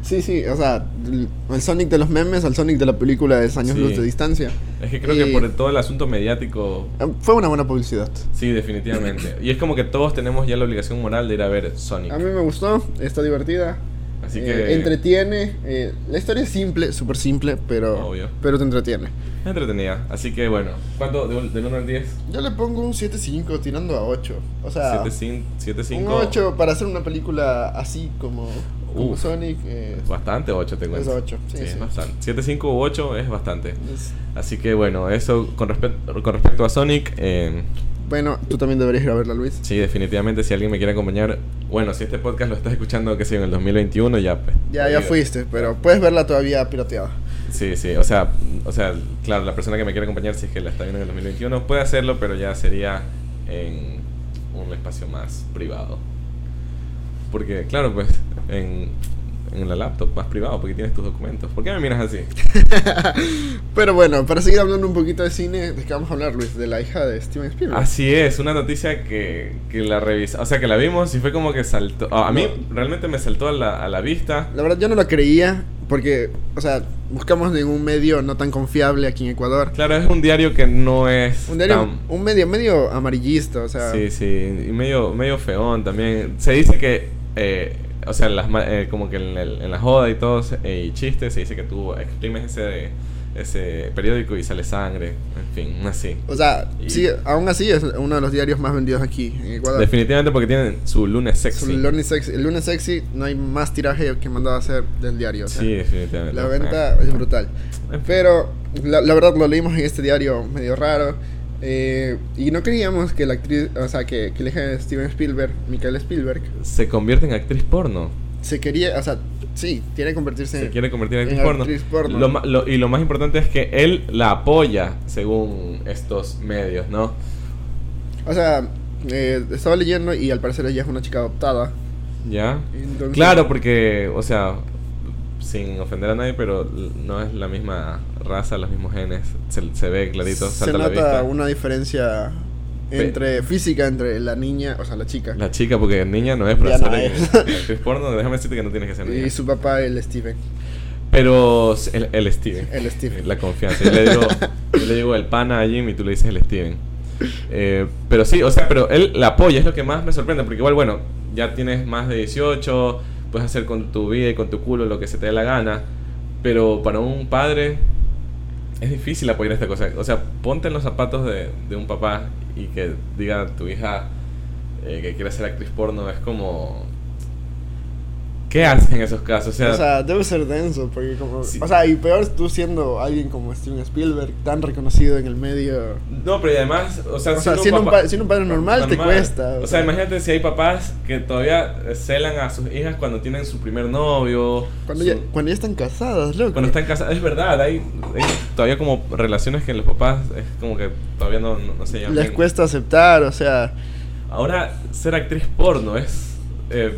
[SPEAKER 2] Sí, sí, o sea, el el Sonic de los memes al Sonic de la película es años
[SPEAKER 1] Sí.
[SPEAKER 2] luz de distancia.
[SPEAKER 1] Es que creo
[SPEAKER 2] Y-
[SPEAKER 1] que por todo el asunto mediático,
[SPEAKER 2] Eh, Fue una buena publicidad.
[SPEAKER 1] sí, definitivamente. y es como que todos tenemos ya la obligación moral de ir a ver Sonic.
[SPEAKER 2] A mí me gustó, está divertida.
[SPEAKER 1] Así
[SPEAKER 2] eh,
[SPEAKER 1] que...
[SPEAKER 2] entretiene. eh, la historia es simple, súper simple, pero,
[SPEAKER 1] Obvio.
[SPEAKER 2] pero te entretiene.
[SPEAKER 1] es entretenida. Así que bueno, ¿cuánto? De un- ¿Del 1 al 10?
[SPEAKER 2] Yo le pongo un 7.5 tirando a 8. O sea,
[SPEAKER 1] 7-5.
[SPEAKER 2] un 8 para hacer una película así como, como
[SPEAKER 1] Uf.
[SPEAKER 2] Sonic. eh,
[SPEAKER 1] Bastante 8 te cuento.
[SPEAKER 2] ocho, sí,
[SPEAKER 1] sí,
[SPEAKER 2] sí.
[SPEAKER 1] es bastante. 7-5 u 8 es bastante.
[SPEAKER 2] es-
[SPEAKER 1] Así que bueno, eso con, respecto con respecto a Sonic, eh,
[SPEAKER 2] bueno, tú también deberías ir a verla, Luis.
[SPEAKER 1] sí, definitivamente si alguien me quiere acompañar, bueno, si este podcast lo estás escuchando, que sé, yo, en el 2021, ya pues,
[SPEAKER 2] Ya, ya
[SPEAKER 1] digo.
[SPEAKER 2] fuiste, pero puedes verla todavía pirateada.
[SPEAKER 1] Sí, sí, o sea, o sea, claro, la persona que me quiere acompañar, si es que la está viendo en el 2021, puede hacerlo, pero ya sería en un espacio más privado. Porque, claro, pues, en, en la laptop más privado, porque tienes tus documentos. ¿Por qué me miras así?
[SPEAKER 2] Pero bueno, para seguir hablando un poquito de cine, ¿de qué vamos a hablar, Luis? De la hija de Steven Spielberg.
[SPEAKER 1] Así es, una noticia que, que la revisa, o sea, que la vimos y fue como que saltó, a a mí realmente me saltó a la, a la vista.
[SPEAKER 2] La verdad yo no la creía porque, o sea, buscamos en un medio no tan confiable aquí en Ecuador.
[SPEAKER 1] Claro, es un diario que no es
[SPEAKER 2] Un, diario-
[SPEAKER 1] tan-
[SPEAKER 2] un medio medio amarillista, o sea,
[SPEAKER 1] Sí, sí, y medio, medio feón también. Se dice que, eh, o sea, en las, ma- eh, como que en, el- en la joda y todo, se- eh, y chistes, se dice que tú exprimes ese, ese periódico y sale sangre, en fin, así.
[SPEAKER 2] o sea,
[SPEAKER 1] Y-
[SPEAKER 2] sí, aún así es uno de los diarios más vendidos aquí en Ecuador.
[SPEAKER 1] Definitivamente porque tienen su lunes sexy.
[SPEAKER 2] Sobre el lunes sexy, el lunes sexy no hay más tiraje que mandado a hacer del diario. o sea,
[SPEAKER 1] Sí, definitivamente.
[SPEAKER 2] la venta es brutal.
[SPEAKER 1] En fin.
[SPEAKER 2] Pero la, la verdad lo leímos en este diario medio raro. eh, y no creíamos que la actriz, o sea, que, que la hija de Steven Spielberg, Michael Spielberg,
[SPEAKER 1] Se convierte en actriz porno.
[SPEAKER 2] se quería, o sea, sí, quiere convertirse
[SPEAKER 1] se quiere convertir en
[SPEAKER 2] en
[SPEAKER 1] actriz porno.
[SPEAKER 2] actriz porno.
[SPEAKER 1] Lo ma- lo- y lo más importante es que él la apoya, según estos medios, ¿no?
[SPEAKER 2] O sea, eh, estaba leyendo y al parecer ella es una chica adoptada.
[SPEAKER 1] ¿Ya?
[SPEAKER 2] Entonces-
[SPEAKER 1] Claro, porque, o sea, sin ofender a nadie, pero l- no es la misma raza, los mismos genes. Se, se ve clarito,
[SPEAKER 2] se
[SPEAKER 1] salta a la
[SPEAKER 2] nota
[SPEAKER 1] vista.
[SPEAKER 2] una diferencia
[SPEAKER 1] Pe-
[SPEAKER 2] entre física entre la niña, o sea, la chica,
[SPEAKER 1] La chica, porque niña no es,
[SPEAKER 2] Ya
[SPEAKER 1] pero
[SPEAKER 2] no
[SPEAKER 1] sale
[SPEAKER 2] es.
[SPEAKER 1] en- en actriz porno, déjame decirte que no tienes que ser niña.
[SPEAKER 2] y su papá el Steven.
[SPEAKER 1] Pero s- el, el Steven.
[SPEAKER 2] El Steven.
[SPEAKER 1] Eh, La confianza. Yo le digo, yo le digo el pana a Jim y tú le dices el Steven. Eh, pero sí, o sea, pero él la apoya, es lo que más me sorprende, porque igual, bueno, ya tienes más de 18, puedes hacer con tu vida y con tu culo lo que se te dé la gana, pero para un padre es difícil apoyar esta cosa. O sea, ponte en los zapatos de, de un papá y que diga a tu hija eh, que quiere ser actriz porno, es como... ¿Qué haces en esos casos?
[SPEAKER 2] O sea, debe ser denso, porque como...
[SPEAKER 1] Sí.
[SPEAKER 2] O sea, y peor tú siendo alguien como Steven Spielberg, tan reconocido en el medio...
[SPEAKER 1] No, pero y además, o sea,
[SPEAKER 2] O sea, siendo un pa- siendo un padre normal te cuesta,
[SPEAKER 1] O,
[SPEAKER 2] o
[SPEAKER 1] sea,
[SPEAKER 2] sea.
[SPEAKER 1] imagínate si hay papás que todavía celan a sus hijas cuando tienen su primer novio.
[SPEAKER 2] Cuando,
[SPEAKER 1] su-
[SPEAKER 2] ya, cuando ya están casadas, loco.
[SPEAKER 1] cuando están casados. Es verdad, hay, hay todavía como relaciones que los papás es como que todavía no, no, no se llevan.
[SPEAKER 2] Les
[SPEAKER 1] bien.
[SPEAKER 2] cuesta aceptar, o sea...
[SPEAKER 1] Ahora, ser actriz porno es eh,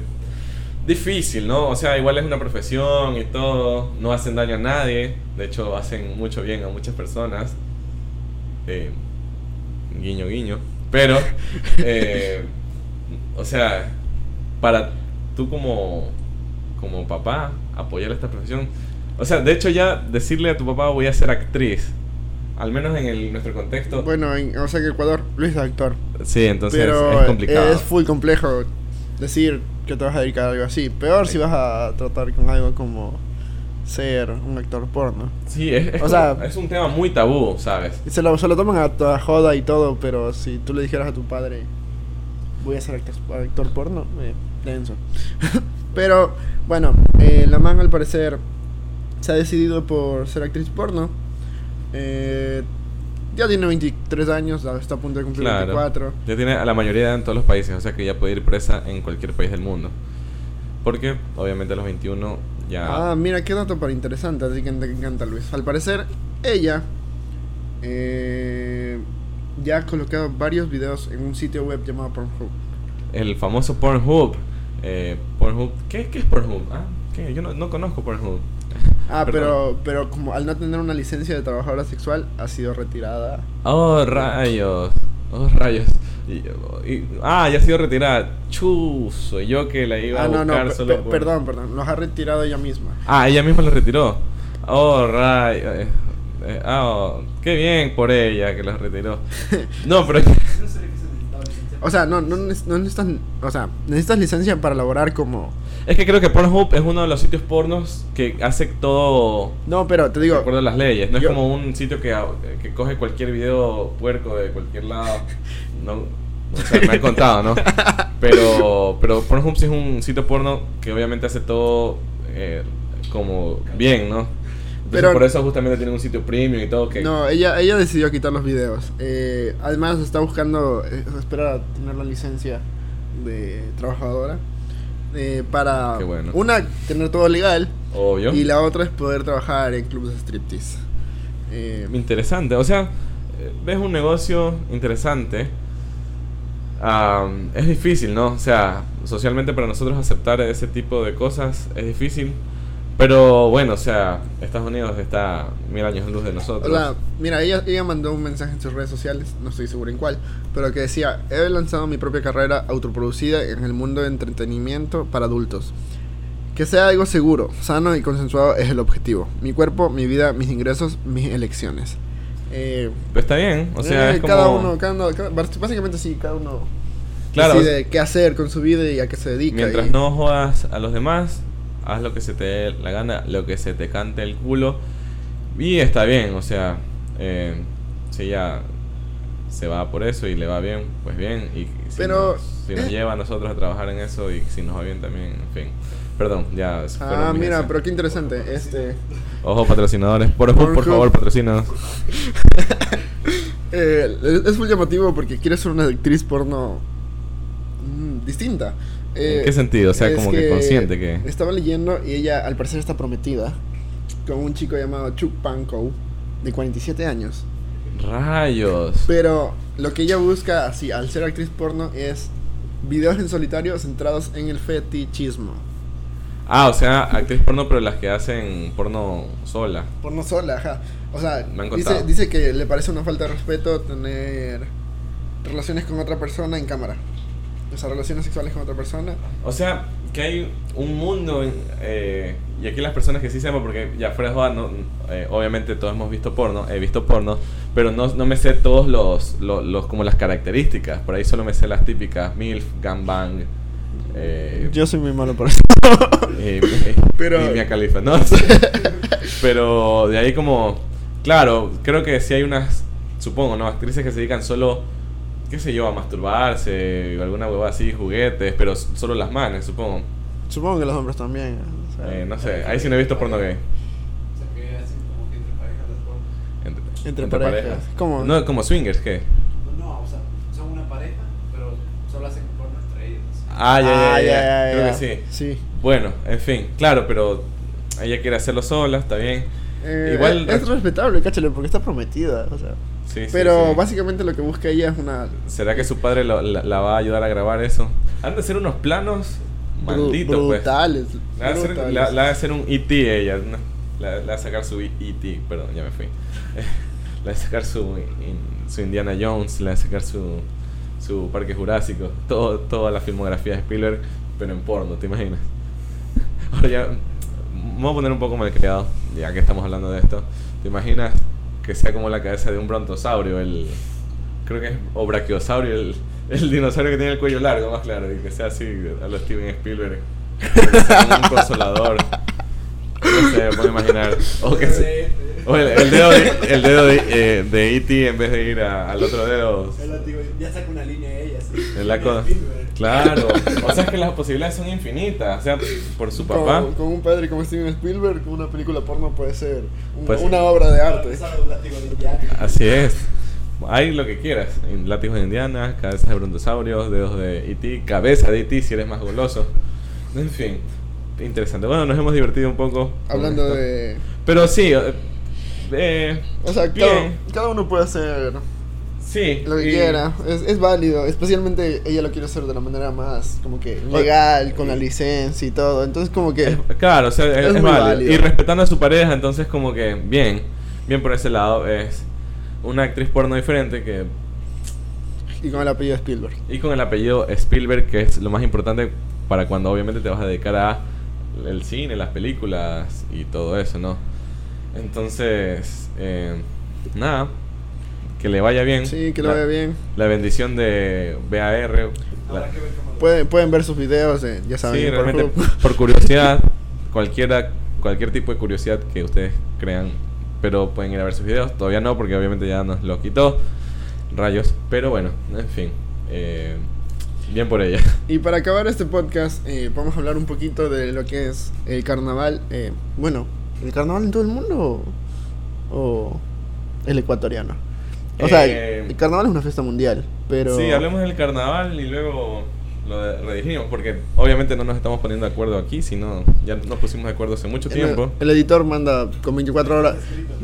[SPEAKER 1] difícil, ¿no? O sea, igual es una profesión y todo, no hacen daño a nadie, de hecho hacen mucho bien a muchas personas. Eh, guiño, guiño. Pero, eh, o sea, para tú como, como papá, apoyar esta profesión. O sea, de hecho ya decirle a tu papá voy a ser actriz, al menos en el, nuestro contexto.
[SPEAKER 2] Bueno, en- o sea que Ecuador, Luis es actor.
[SPEAKER 1] sí, entonces
[SPEAKER 2] pero
[SPEAKER 1] es complicado.
[SPEAKER 2] es full complejo decir que te vas a dedicar a algo así. Peor si vas a tratar con algo como ser un actor porno.
[SPEAKER 1] Sí, es, es,
[SPEAKER 2] O
[SPEAKER 1] como-
[SPEAKER 2] sea-
[SPEAKER 1] es un tema muy tabú, ¿sabes?
[SPEAKER 2] Y se lo, se lo toman a toda joda y todo, pero si tú le dijeras a tu padre, voy a ser actor, actor porno, eh, denso. pero bueno, eh, la man al parecer se ha decidido por ser actriz porno. Eh, ya tiene 23 años, está a punto de cumplir
[SPEAKER 1] Claro.
[SPEAKER 2] 24.
[SPEAKER 1] Ya tiene a la mayoría en todos los países, o sea que ya puede ir presa en cualquier país del mundo. Porque obviamente a los 21 ya...
[SPEAKER 2] Ah, mira, qué dato para interesante, así que te encanta Luis. Al parecer, ella eh, ya ha colocado varios videos en un sitio web llamado Pornhub.
[SPEAKER 1] El famoso Pornhub. Eh, Pornhub. ¿Qué, qué es Pornhub? Ah, ¿qué? Yo no, no conozco Pornhub.
[SPEAKER 2] Ah,
[SPEAKER 1] Perdón.
[SPEAKER 2] pero, pero como al no tener una licencia de trabajadora sexual, ha sido retirada.
[SPEAKER 1] Oh, rayos. Oh, rayos. Y- y- ah, ya ha sido retirada. Chuso, yo que la iba
[SPEAKER 2] Ah,
[SPEAKER 1] a
[SPEAKER 2] no,
[SPEAKER 1] buscar
[SPEAKER 2] no, pe-
[SPEAKER 1] solo
[SPEAKER 2] pe-
[SPEAKER 1] por-
[SPEAKER 2] perdón, perdón, los ha retirado ella misma.
[SPEAKER 1] Ah, ella misma lo retiró. Oh, rayo. eh, eh, ah, oh, qué bien por ella que los retiró. No, pero.
[SPEAKER 2] O sea, no, no, neces- no necesitas, o sea, necesitas licencia para laborar como...
[SPEAKER 1] Es que creo que Pornhub es uno de los sitios pornos que hace todo.
[SPEAKER 2] No, pero te
[SPEAKER 1] De
[SPEAKER 2] digo,
[SPEAKER 1] acuerdo a las leyes. No
[SPEAKER 2] yo-
[SPEAKER 1] es como un sitio que, ah, que coge cualquier video puerco de cualquier lado. No. O sea, me han contado, ¿no? Pero, pero Pornhub sí es un sitio porno que obviamente hace todo eh, como bien, ¿no? Entonces,
[SPEAKER 2] Pero-
[SPEAKER 1] por eso justamente tiene un sitio premium y todo que
[SPEAKER 2] No, ella, ella decidió quitar los videos. Eh, además está buscando eh, esperar a tener la licencia de trabajadora eh, para
[SPEAKER 1] Qué bueno.
[SPEAKER 2] una tener todo legal
[SPEAKER 1] Obvio.
[SPEAKER 2] y la otra es poder trabajar en clubes de striptease. Eh,
[SPEAKER 1] Interesante, o sea, eh, ves un negocio interesante. Am, es difícil, ¿no? O sea, socialmente para nosotros aceptar ese tipo de cosas es difícil. Pero bueno, o sea, Estados Unidos está mil años luz de
[SPEAKER 2] o
[SPEAKER 1] nosotros.
[SPEAKER 2] sea, mira, ella, ella mandó un mensaje en sus redes sociales, no estoy seguro en cuál, pero que decía, he lanzado mi propia carrera autoproducida en el mundo de entretenimiento para adultos. Que sea algo seguro, sano y consensuado es el objetivo. Mi cuerpo, mi vida, mis ingresos, mis elecciones. Eh,
[SPEAKER 1] Pero está bien, o sea,
[SPEAKER 2] eh,
[SPEAKER 1] es como...
[SPEAKER 2] cada uno, cada uno, cada- bas- básicamente sí, cada uno
[SPEAKER 1] Claro,
[SPEAKER 2] decide qué hacer con su vida y a qué se dedica.
[SPEAKER 1] Mientras
[SPEAKER 2] y- Ah,
[SPEAKER 1] no jodas a los demás, haz lo que se te dé la gana, lo que se te cante el culo. Y está bien, o sea, eh, si ella se va por eso y le va bien, pues bien. Y si,
[SPEAKER 2] Pero,
[SPEAKER 1] nos, si nos
[SPEAKER 2] eh.
[SPEAKER 1] lleva a nosotros a trabajar en eso y si nos va bien también, en fin. Perdón, ya. se fueron
[SPEAKER 2] Ah,
[SPEAKER 1] mis
[SPEAKER 2] mira,
[SPEAKER 1] escenas.
[SPEAKER 2] pero qué interesante. Este,
[SPEAKER 1] Ojo, patrocinadores. Por, por,
[SPEAKER 2] Pornhub.
[SPEAKER 1] favor, patrocínanos.
[SPEAKER 2] eh, es- es muy llamativo porque quiere ser una actriz porno mm, distinta. Eh,
[SPEAKER 1] ¿En qué sentido? O sea,
[SPEAKER 2] es
[SPEAKER 1] como que consciente que-
[SPEAKER 2] Estaba leyendo y ella al parecer está prometida con un chico llamado Chuck Pankow de 47 años.
[SPEAKER 1] Rayos.
[SPEAKER 2] Pero lo que ella busca, así, al ser actriz porno, es Videos en solitario centrados en el fetichismo.
[SPEAKER 1] Ah, o sea, actriz porno, pero las que hacen porno sola.
[SPEAKER 2] Porno sola, ajá. O sea,
[SPEAKER 1] Me han
[SPEAKER 2] dice,
[SPEAKER 1] contado.
[SPEAKER 2] dice que le parece una falta de respeto tener relaciones con otra persona en cámara. O sea, relaciones sexuales con otra persona.
[SPEAKER 1] O sea, que hay un mundo, en- eh, y aquí las personas que sí sepan, porque ya fuera de joda, no, eh, obviamente todos hemos visto porno, he visto porno, pero no, no me sé todos los, los, los- como las características, por ahí solo me sé las típicas, MILF, gangbang, eh,
[SPEAKER 2] soy muy malo para eso.
[SPEAKER 1] eh,
[SPEAKER 2] Pero-
[SPEAKER 1] y Mia Khalifa, ¿no? pero de ahí como, claro, creo que sí hay unas, supongo, ¿no? Actrices que se dedican solo, qué sé yo, a masturbarse, o alguna hueva así, juguetes, pero s- solo las manes, supongo.
[SPEAKER 2] Supongo que los hombres también. o sea,
[SPEAKER 1] Eh, no sé, ahí sí no he visto porno gay.
[SPEAKER 3] O sea, que hacen como que entre parejas las forman.
[SPEAKER 1] Entre,
[SPEAKER 2] Entre parejas. ¿Cómo?
[SPEAKER 1] No, como swingers, ¿qué?
[SPEAKER 3] No, Pues no, o sea, son una pareja, pero solo hacen porno entre ellos.
[SPEAKER 1] Ah, ya, ya,
[SPEAKER 2] Ah,
[SPEAKER 1] ya, ya, creo
[SPEAKER 2] ya.
[SPEAKER 1] que sí.
[SPEAKER 2] Sí.
[SPEAKER 1] Bueno, en fin, claro, pero ella quiere hacerlo sola, está bien.
[SPEAKER 2] Eh,
[SPEAKER 1] Igual-
[SPEAKER 2] es, es respetable, cáchale, porque está prometida. O sea.
[SPEAKER 1] Sí, sí,
[SPEAKER 2] Pero
[SPEAKER 1] sí.
[SPEAKER 2] básicamente lo que busca ella es una.
[SPEAKER 1] ¿Será que su padre lo- la, la va a ayudar a grabar eso? Han de hacer unos planos
[SPEAKER 2] bru-
[SPEAKER 1] malditos, pues.
[SPEAKER 2] brutales.
[SPEAKER 1] Le va a hacer,
[SPEAKER 2] brutales.
[SPEAKER 1] la- la va a hacer un ET ella. ¿no? La, la va a sacar su ET, perdón, ya me fui. La va a sacar su, in- su Indiana Jones, la va a sacar su, su Parque Jurásico. Todo, toda la filmografía de Spielberg, pero en porno, ¿te imaginas? Ahora ya, vamos a poner un poco mal creado, ya que estamos hablando de esto. ¿Te imaginas que sea como la cabeza de un brontosaurio? El, creo que es o brachiosaurio, el, el dinosaurio que tiene el cuello largo, más claro, y que sea así a los Steven Spielberg. Como un consolador. No sé, me puedo imaginar. O, que se-
[SPEAKER 3] este,
[SPEAKER 1] o el, el dedo, de, el dedo de, eh, de E.T. en vez de ir a- al otro dedo.
[SPEAKER 3] Es lo que digo, ya saca una línea ella, sí.
[SPEAKER 1] En la cosa. Claro. O sea, es que las posibilidades son infinitas. O sea, por su
[SPEAKER 2] Con-
[SPEAKER 1] papá.
[SPEAKER 2] Con, un padre como Steven Spielberg, con una película porno puede ser un-
[SPEAKER 1] Pues-
[SPEAKER 2] una obra de arte.
[SPEAKER 1] Así es. Hay lo que quieras. En- Látigos de indianas, cabezas de brontosaurios, dedos de E.T., cabeza de E.T. si eres más goloso. En fin, interesante. Bueno, nos hemos divertido un poco. con
[SPEAKER 2] Hablando
[SPEAKER 1] esto.
[SPEAKER 2] de.
[SPEAKER 1] Pero sí, eh, eh,
[SPEAKER 2] O sea, cada,
[SPEAKER 1] bien.
[SPEAKER 2] cada uno puede hacer
[SPEAKER 1] Sí.
[SPEAKER 2] lo que
[SPEAKER 1] y-
[SPEAKER 2] quiera. Es, es válido. Especialmente ella lo quiere hacer de la manera más como que
[SPEAKER 1] O-
[SPEAKER 2] legal, con la licencia y todo. Entonces, como que.
[SPEAKER 1] Es- claro, o sea, es,
[SPEAKER 2] Es
[SPEAKER 1] es
[SPEAKER 2] muy
[SPEAKER 1] válido.
[SPEAKER 2] válido.
[SPEAKER 1] Y respetando a su pareja, entonces como que bien, bien por ese lado es una actriz porno diferente que
[SPEAKER 2] Y con el apellido de Spielberg.
[SPEAKER 1] y con el apellido Spielberg que es lo más importante para cuando obviamente te vas a dedicar a el cine, las películas y todo eso, ¿no? Entonces, eh, nada, que le vaya bien.
[SPEAKER 2] Sí, que lo
[SPEAKER 1] La-
[SPEAKER 2] vea bien.
[SPEAKER 1] La bendición de BAR. la-
[SPEAKER 2] Pueden, pueden ver sus videos, eh, ya saben.
[SPEAKER 1] Sí,
[SPEAKER 2] por
[SPEAKER 1] realmente
[SPEAKER 2] Hulu.
[SPEAKER 1] por curiosidad, cualquiera, cualquier tipo de curiosidad que ustedes crean, pero pueden ir a ver sus videos. Todavía no, porque obviamente ya nos lo quitó. Rayos, pero bueno, en fin. eh, bien por ella.
[SPEAKER 2] Y para acabar este podcast, eh, vamos a hablar un poquito de lo que es el carnaval. eh, bueno, ¿el carnaval en todo el mundo o, o el ecuatoriano? O sea,
[SPEAKER 1] Eh,
[SPEAKER 2] el carnaval es una fiesta mundial, pero...
[SPEAKER 1] Sí, hablemos del carnaval y luego lo de- redirigimos, porque obviamente no nos estamos poniendo de acuerdo aquí, sino ya nos pusimos de acuerdo hace mucho
[SPEAKER 2] el-
[SPEAKER 1] tiempo.
[SPEAKER 2] El, editor manda con 24 horas,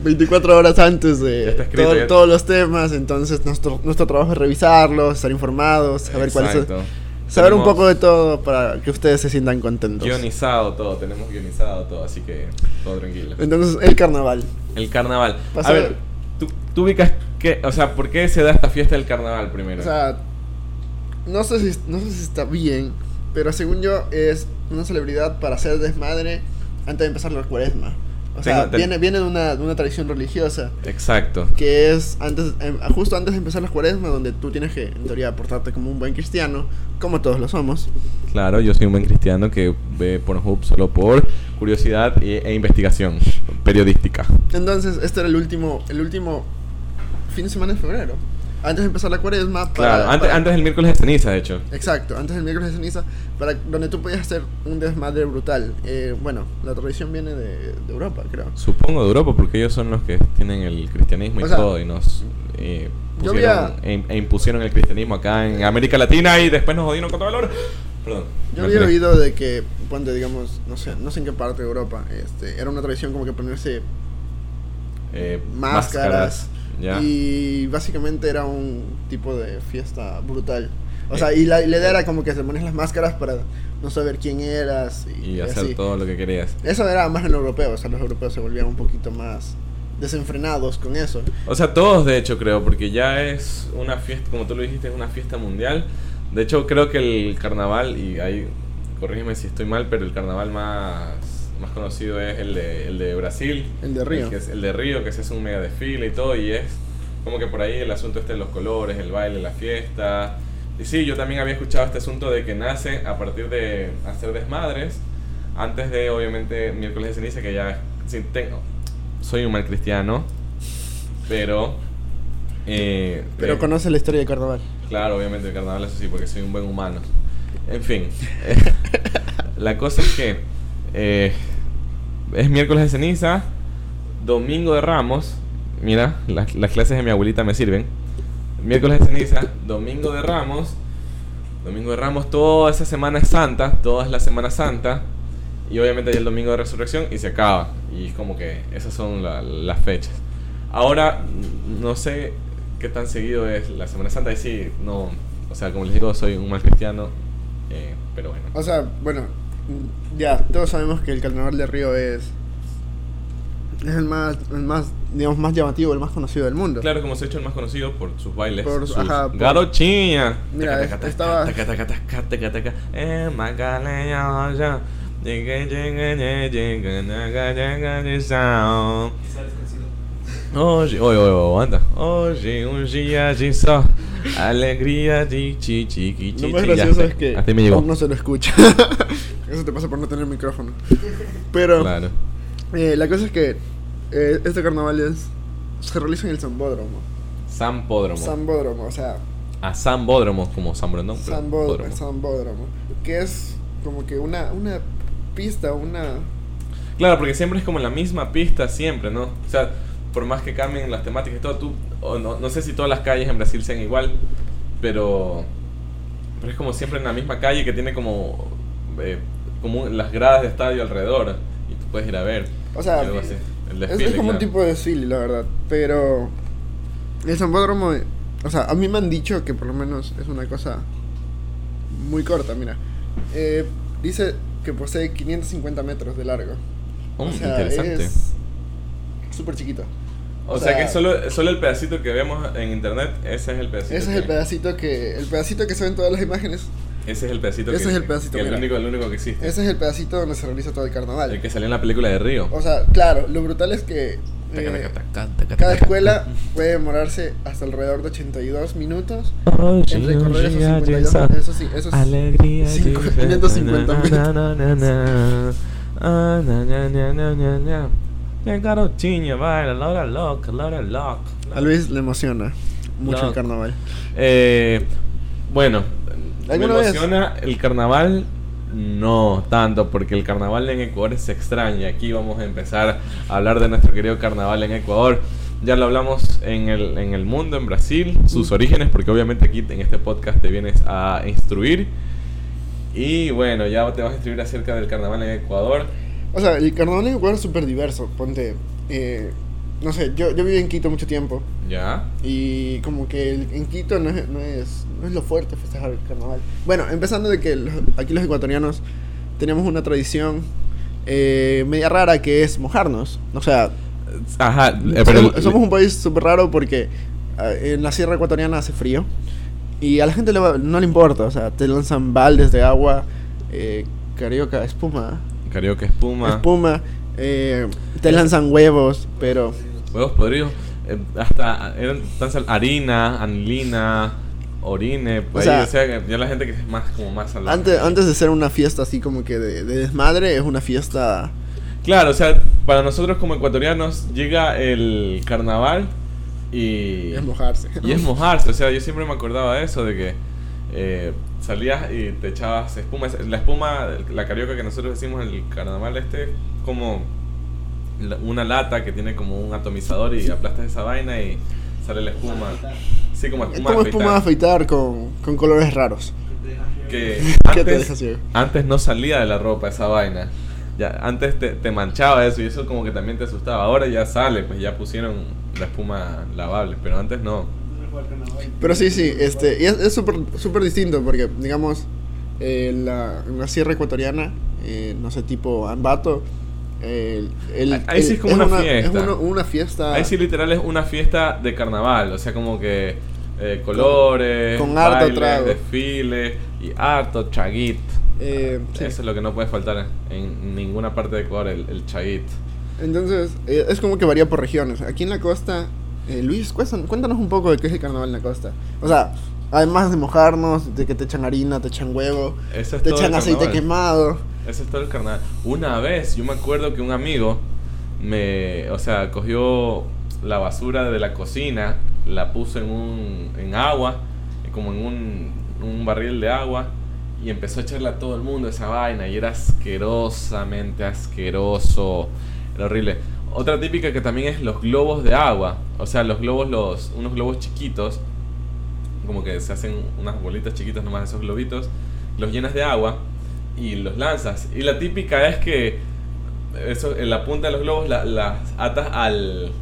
[SPEAKER 2] 24 horas antes
[SPEAKER 1] Ya
[SPEAKER 2] de
[SPEAKER 1] está escrito,
[SPEAKER 2] todo-
[SPEAKER 1] ya-
[SPEAKER 2] todos los temas, entonces nuestro, nuestro trabajo es revisarlos, estar informados, saber cuáles son-
[SPEAKER 1] Exacto.
[SPEAKER 2] Saber un
[SPEAKER 1] Tenemos
[SPEAKER 2] poco de todo para que ustedes se sientan contentos.
[SPEAKER 1] Guionizado todo, tenemos guionizado todo, así que todo tranquilo.
[SPEAKER 2] Entonces, el carnaval.
[SPEAKER 1] El carnaval.
[SPEAKER 2] Pasa-
[SPEAKER 1] A ver, ¿tú, tú ubicas qué, o sea, ¿por qué se da esta fiesta del carnaval primero?
[SPEAKER 2] O sea, no sé si no sé si está bien, pero según yo es una celebridad para hacer desmadre antes de empezar la cuaresma. O sea,
[SPEAKER 1] Tengo- ten-
[SPEAKER 2] viene, viene de, una, de una tradición religiosa
[SPEAKER 1] Exacto.
[SPEAKER 2] que es antes em, justo antes de empezar la cuaresma donde tú tienes que en teoría portarte como un buen cristiano, como todos lo somos.
[SPEAKER 1] Claro, yo soy un buen cristiano que ve Pornhub solo por curiosidad e, e investigación periodística.
[SPEAKER 2] Entonces, este era el último el último fin de semana de febrero, antes de empezar la cuaresma para-
[SPEAKER 1] Claro, antes,
[SPEAKER 2] para-
[SPEAKER 1] antes del miércoles de ceniza, de hecho.
[SPEAKER 2] Exacto, antes del miércoles de ceniza, para donde tú podías hacer un desmadre brutal. Eh, bueno, la tradición viene de, de Europa, creo.
[SPEAKER 1] Supongo de Europa, porque ellos son los que tienen el cristianismo y
[SPEAKER 2] O sea,
[SPEAKER 1] todo, y nos eh,
[SPEAKER 2] yo
[SPEAKER 1] pusieron,
[SPEAKER 2] había-
[SPEAKER 1] e, e impusieron el cristianismo acá en América Latina y después nos jodieron con todo el oro. Perdón. me
[SPEAKER 2] Yo había
[SPEAKER 1] alteré.
[SPEAKER 2] oído de que, cuando digamos, no sé, no sé en qué parte de Europa, este, era una tradición como que ponerse
[SPEAKER 1] Eh,
[SPEAKER 2] máscaras.
[SPEAKER 1] ya.
[SPEAKER 2] Y básicamente era un tipo de fiesta brutal. O
[SPEAKER 1] Eh,
[SPEAKER 2] sea, y la, y la idea era como que te pones las máscaras para no saber quién eras y,
[SPEAKER 1] Y hacer
[SPEAKER 2] así.
[SPEAKER 1] todo lo que querías.
[SPEAKER 2] Eso era más en lo europeo, o sea, los europeos se volvían un poquito más desenfrenados con eso.
[SPEAKER 1] O sea, todos de hecho creo, porque ya es una fiesta, como tú lo dijiste, es una fiesta mundial. De hecho creo que el carnaval, y ahí corrígeme si estoy mal, pero el carnaval más, más conocido es el de, el de Brasil.
[SPEAKER 2] El de Río.
[SPEAKER 1] que es- el de Río, que se hace un mega desfile y todo, y es como que por ahí el asunto este de los colores, el baile, la fiesta. Y sí, yo también había escuchado este asunto de que nace a partir de hacer desmadres, antes de obviamente miércoles de ceniza, que ya sí, tengo, soy un mal cristiano, pero... eh,
[SPEAKER 2] Pero
[SPEAKER 1] eh,
[SPEAKER 2] conoce la historia de carnaval.
[SPEAKER 1] Claro, obviamente el carnaval eso sí, porque soy un buen humano. En fin, eh, la cosa es que eh, es miércoles de ceniza, domingo de ramos. Mira, las, las clases de mi abuelita me sirven. Miércoles de ceniza, domingo de ramos. Domingo de ramos, toda esa semana es santa, toda es la semana santa. Y obviamente ya el domingo de resurrección y se acaba. Y es como que esas son la- las fechas. Ahora, no sé qué tan seguido es la Semana Santa. Y sí, no. O sea, como les digo, soy un mal cristiano. eh, pero bueno.
[SPEAKER 2] O sea, bueno, mm, ya, todos sabemos que el carnaval de Río es. Es el más, el más, digamos, más llamativo, el más conocido del mundo.
[SPEAKER 1] Claro, como se ha hecho el más conocido por sus bailes.
[SPEAKER 2] Por-
[SPEAKER 1] sus
[SPEAKER 2] ajá, por-
[SPEAKER 1] garochiña.
[SPEAKER 2] Mira,
[SPEAKER 1] Taca,
[SPEAKER 2] es-
[SPEAKER 1] taca, taca,
[SPEAKER 2] estaba-
[SPEAKER 1] taca, taca, taca, taca, taca. Eh, Macarena, ya. Llegue, llegue, llegue, llegue, naga, llegue, de sao.
[SPEAKER 3] Y sales consigo.
[SPEAKER 1] Hoje, oi, oi, oi, anda. Hoje um dia de sol, alegria de ti, ti, ti, ti,
[SPEAKER 2] Lo más
[SPEAKER 1] ti. Ya,
[SPEAKER 2] gracioso es
[SPEAKER 1] hasta-
[SPEAKER 2] que
[SPEAKER 1] hasta ahí me llegó.
[SPEAKER 2] aún no se lo escucha. Eso te pasa por no tener micrófono. Pero
[SPEAKER 1] Claro.
[SPEAKER 2] eh, la cosa es que eh, este carnaval es, se realiza en el Sambódromo.
[SPEAKER 1] Sambódromo.
[SPEAKER 2] Sambódromo, o sea,
[SPEAKER 1] A Sambódromo, como San Brandón. pero
[SPEAKER 2] Sambódromo,
[SPEAKER 1] Bódromo.
[SPEAKER 2] Sambódromo. Que es como que una, una pista, una...
[SPEAKER 1] Claro, porque siempre es como la misma pista, siempre, ¿no? O sea, por más que cambien las temáticas y todo, tú. o no, no sé si todas las calles en Brasil sean igual, pero. Pero es como siempre en la misma calle que tiene como. eh, como un- las gradas de estadio alrededor. Y tú puedes ir a ver.
[SPEAKER 2] O sea,
[SPEAKER 1] y luego así, el
[SPEAKER 2] Es-
[SPEAKER 1] desfile,
[SPEAKER 2] es, como un
[SPEAKER 1] claro.
[SPEAKER 2] tipo de desfile, la verdad. Pero el Sambódromo, o sea, a mí me han dicho que por lo menos es una cosa muy corta, mira. Eh, dice que posee 550 metros de largo.
[SPEAKER 1] Oh,
[SPEAKER 2] o sea,
[SPEAKER 1] interesante.
[SPEAKER 2] es súper chiquito.
[SPEAKER 1] O,
[SPEAKER 2] o
[SPEAKER 1] sea,
[SPEAKER 2] sea-
[SPEAKER 1] que solo, solo el pedacito que vemos en internet, ese es el pedacito.
[SPEAKER 2] Ese
[SPEAKER 1] que,
[SPEAKER 2] es el pedacito que el pedacito que se ven todas las imágenes.
[SPEAKER 1] Ese es el pedacito
[SPEAKER 2] Ese
[SPEAKER 1] que,
[SPEAKER 2] es el pedacito,
[SPEAKER 1] que el,
[SPEAKER 2] mira.
[SPEAKER 1] único, el único que existe.
[SPEAKER 2] Ese es el pedacito donde se realiza todo el carnaval.
[SPEAKER 1] El que salió en la película de Río.
[SPEAKER 2] O sea, claro, lo brutal es que
[SPEAKER 1] Taca,
[SPEAKER 2] eh,
[SPEAKER 1] taca, taca, taca,
[SPEAKER 2] cada
[SPEAKER 1] taca,
[SPEAKER 2] escuela
[SPEAKER 1] taca.
[SPEAKER 2] puede demorarse hasta alrededor de 82 minutos
[SPEAKER 4] En
[SPEAKER 2] en recorrer esos 52 esos sí, esos
[SPEAKER 4] Alegría.
[SPEAKER 2] cinco-
[SPEAKER 4] de-
[SPEAKER 2] 550
[SPEAKER 4] na,
[SPEAKER 2] minutos.
[SPEAKER 4] na, na, na, na. Ah, na, na, na, na, na, na. La garotinha baila, Laura Lock, Laura Lock.
[SPEAKER 2] A Luis le emociona mucho
[SPEAKER 1] No.
[SPEAKER 2] el carnaval.
[SPEAKER 1] Eh, bueno, ¿me
[SPEAKER 2] ¿Alguna vez?
[SPEAKER 1] emociona el carnaval? No tanto, porque el carnaval en Ecuador es extraño. Y Aquí vamos a empezar a hablar de nuestro querido carnaval en Ecuador. Ya lo hablamos en el, en el mundo, en Brasil, sus
[SPEAKER 2] Mm.
[SPEAKER 1] orígenes, porque obviamente aquí en este podcast te vienes a instruir. Y bueno, ya te vas a instruir acerca del carnaval en Ecuador.
[SPEAKER 2] O sea, el carnaval en Ecuador es súper diverso. Ponte, eh, no sé, yo, yo viví en Quito mucho tiempo
[SPEAKER 1] Ya.
[SPEAKER 2] y como que el- en Quito no es, no, es, no es lo fuerte festejar el carnaval. Bueno, empezando de que los- aquí los ecuatorianos tenemos una tradición eh, media rara que es mojarnos. O sea,
[SPEAKER 1] Ajá, eh, pero
[SPEAKER 2] somos, somos un país súper raro porque ah, en la sierra ecuatoriana hace frío y a la gente le va- no le importa, o sea, te lanzan baldes de agua, eh, carioca, espuma,
[SPEAKER 1] Carioca espuma.
[SPEAKER 2] espuma, eh, te lanzan huevos, pero
[SPEAKER 1] Huevos podridos. eh, hasta eran tan sal- harina, anilina, orine, pues
[SPEAKER 2] O
[SPEAKER 1] ahí,
[SPEAKER 2] sea,
[SPEAKER 1] o sea, que ya la gente que es más como más salada.
[SPEAKER 2] antes, antes de ser una fiesta así como que de, de desmadre, es una fiesta...
[SPEAKER 1] Claro, o sea, para nosotros como ecuatorianos llega el carnaval y
[SPEAKER 2] Es mojarse.
[SPEAKER 1] y es mojarse, o sea, yo siempre me acordaba de eso de que eh, salías y te echabas espuma, Es- la espuma la carioca que nosotros decimos en el carnaval este es como la- una lata que tiene como un atomizador y aplastas esa vaina y sale la espuma. Sí, como
[SPEAKER 2] Es
[SPEAKER 1] espuma
[SPEAKER 2] como
[SPEAKER 1] de
[SPEAKER 2] espuma de
[SPEAKER 1] afeitar.
[SPEAKER 2] afeitar con, con colores raros.
[SPEAKER 1] que
[SPEAKER 2] ¿Qué te
[SPEAKER 1] antes,
[SPEAKER 2] deja ciego?
[SPEAKER 1] antes no salía de la ropa esa vaina. Ya, antes te, te manchaba eso y eso como que también te asustaba. Ahora ya sale, pues ya pusieron la espuma lavable, pero antes no.
[SPEAKER 3] para el carnaval.
[SPEAKER 2] Pero sí, sí, este, y es es súper súper distinto porque, digamos, eh, la, en la sierra ecuatoriana, eh, no sé, tipo Ambato, el- el-
[SPEAKER 1] Ahí- ahí sí
[SPEAKER 2] el-
[SPEAKER 1] es como una fiesta.
[SPEAKER 2] Es uno- una fiesta
[SPEAKER 1] Ahí sí literal es una fiesta de carnaval, o sea, como que eh, colores,
[SPEAKER 2] con harto
[SPEAKER 1] bailes,
[SPEAKER 2] trago.
[SPEAKER 1] desfiles y harto chaguit.
[SPEAKER 2] eh, sí.
[SPEAKER 1] Eso es lo que no puede faltar en ninguna parte de Ecuador, el, el chaguit.
[SPEAKER 2] Entonces, eh, es como que varía por regiones. Aquí en la costa, eh, Luis, cuéntanos, cuéntanos un poco de qué es el carnaval en la costa. O sea, además de mojarnos, de que te echan harina, te echan huevo,
[SPEAKER 1] Eso es
[SPEAKER 2] te
[SPEAKER 1] todo
[SPEAKER 2] echan
[SPEAKER 1] el
[SPEAKER 2] aceite
[SPEAKER 1] carnaval.
[SPEAKER 2] quemado.
[SPEAKER 1] Ese es todo el carnaval. Una vez, yo me acuerdo que un amigo me, o sea, cogió la basura de la cocina, la puso en un en agua, como en un, un barril de agua y empezó a echarle a todo el mundo esa vaina y era asquerosamente asqueroso, era horrible. Otra típica que también es los globos de agua, o sea, los globos los unos globos chiquitos como que se hacen unas bolitas chiquitas nomás de esos globitos, los llenas de agua y los lanzas. Y la típica es que eso, en la punta de los globos la- las atas al,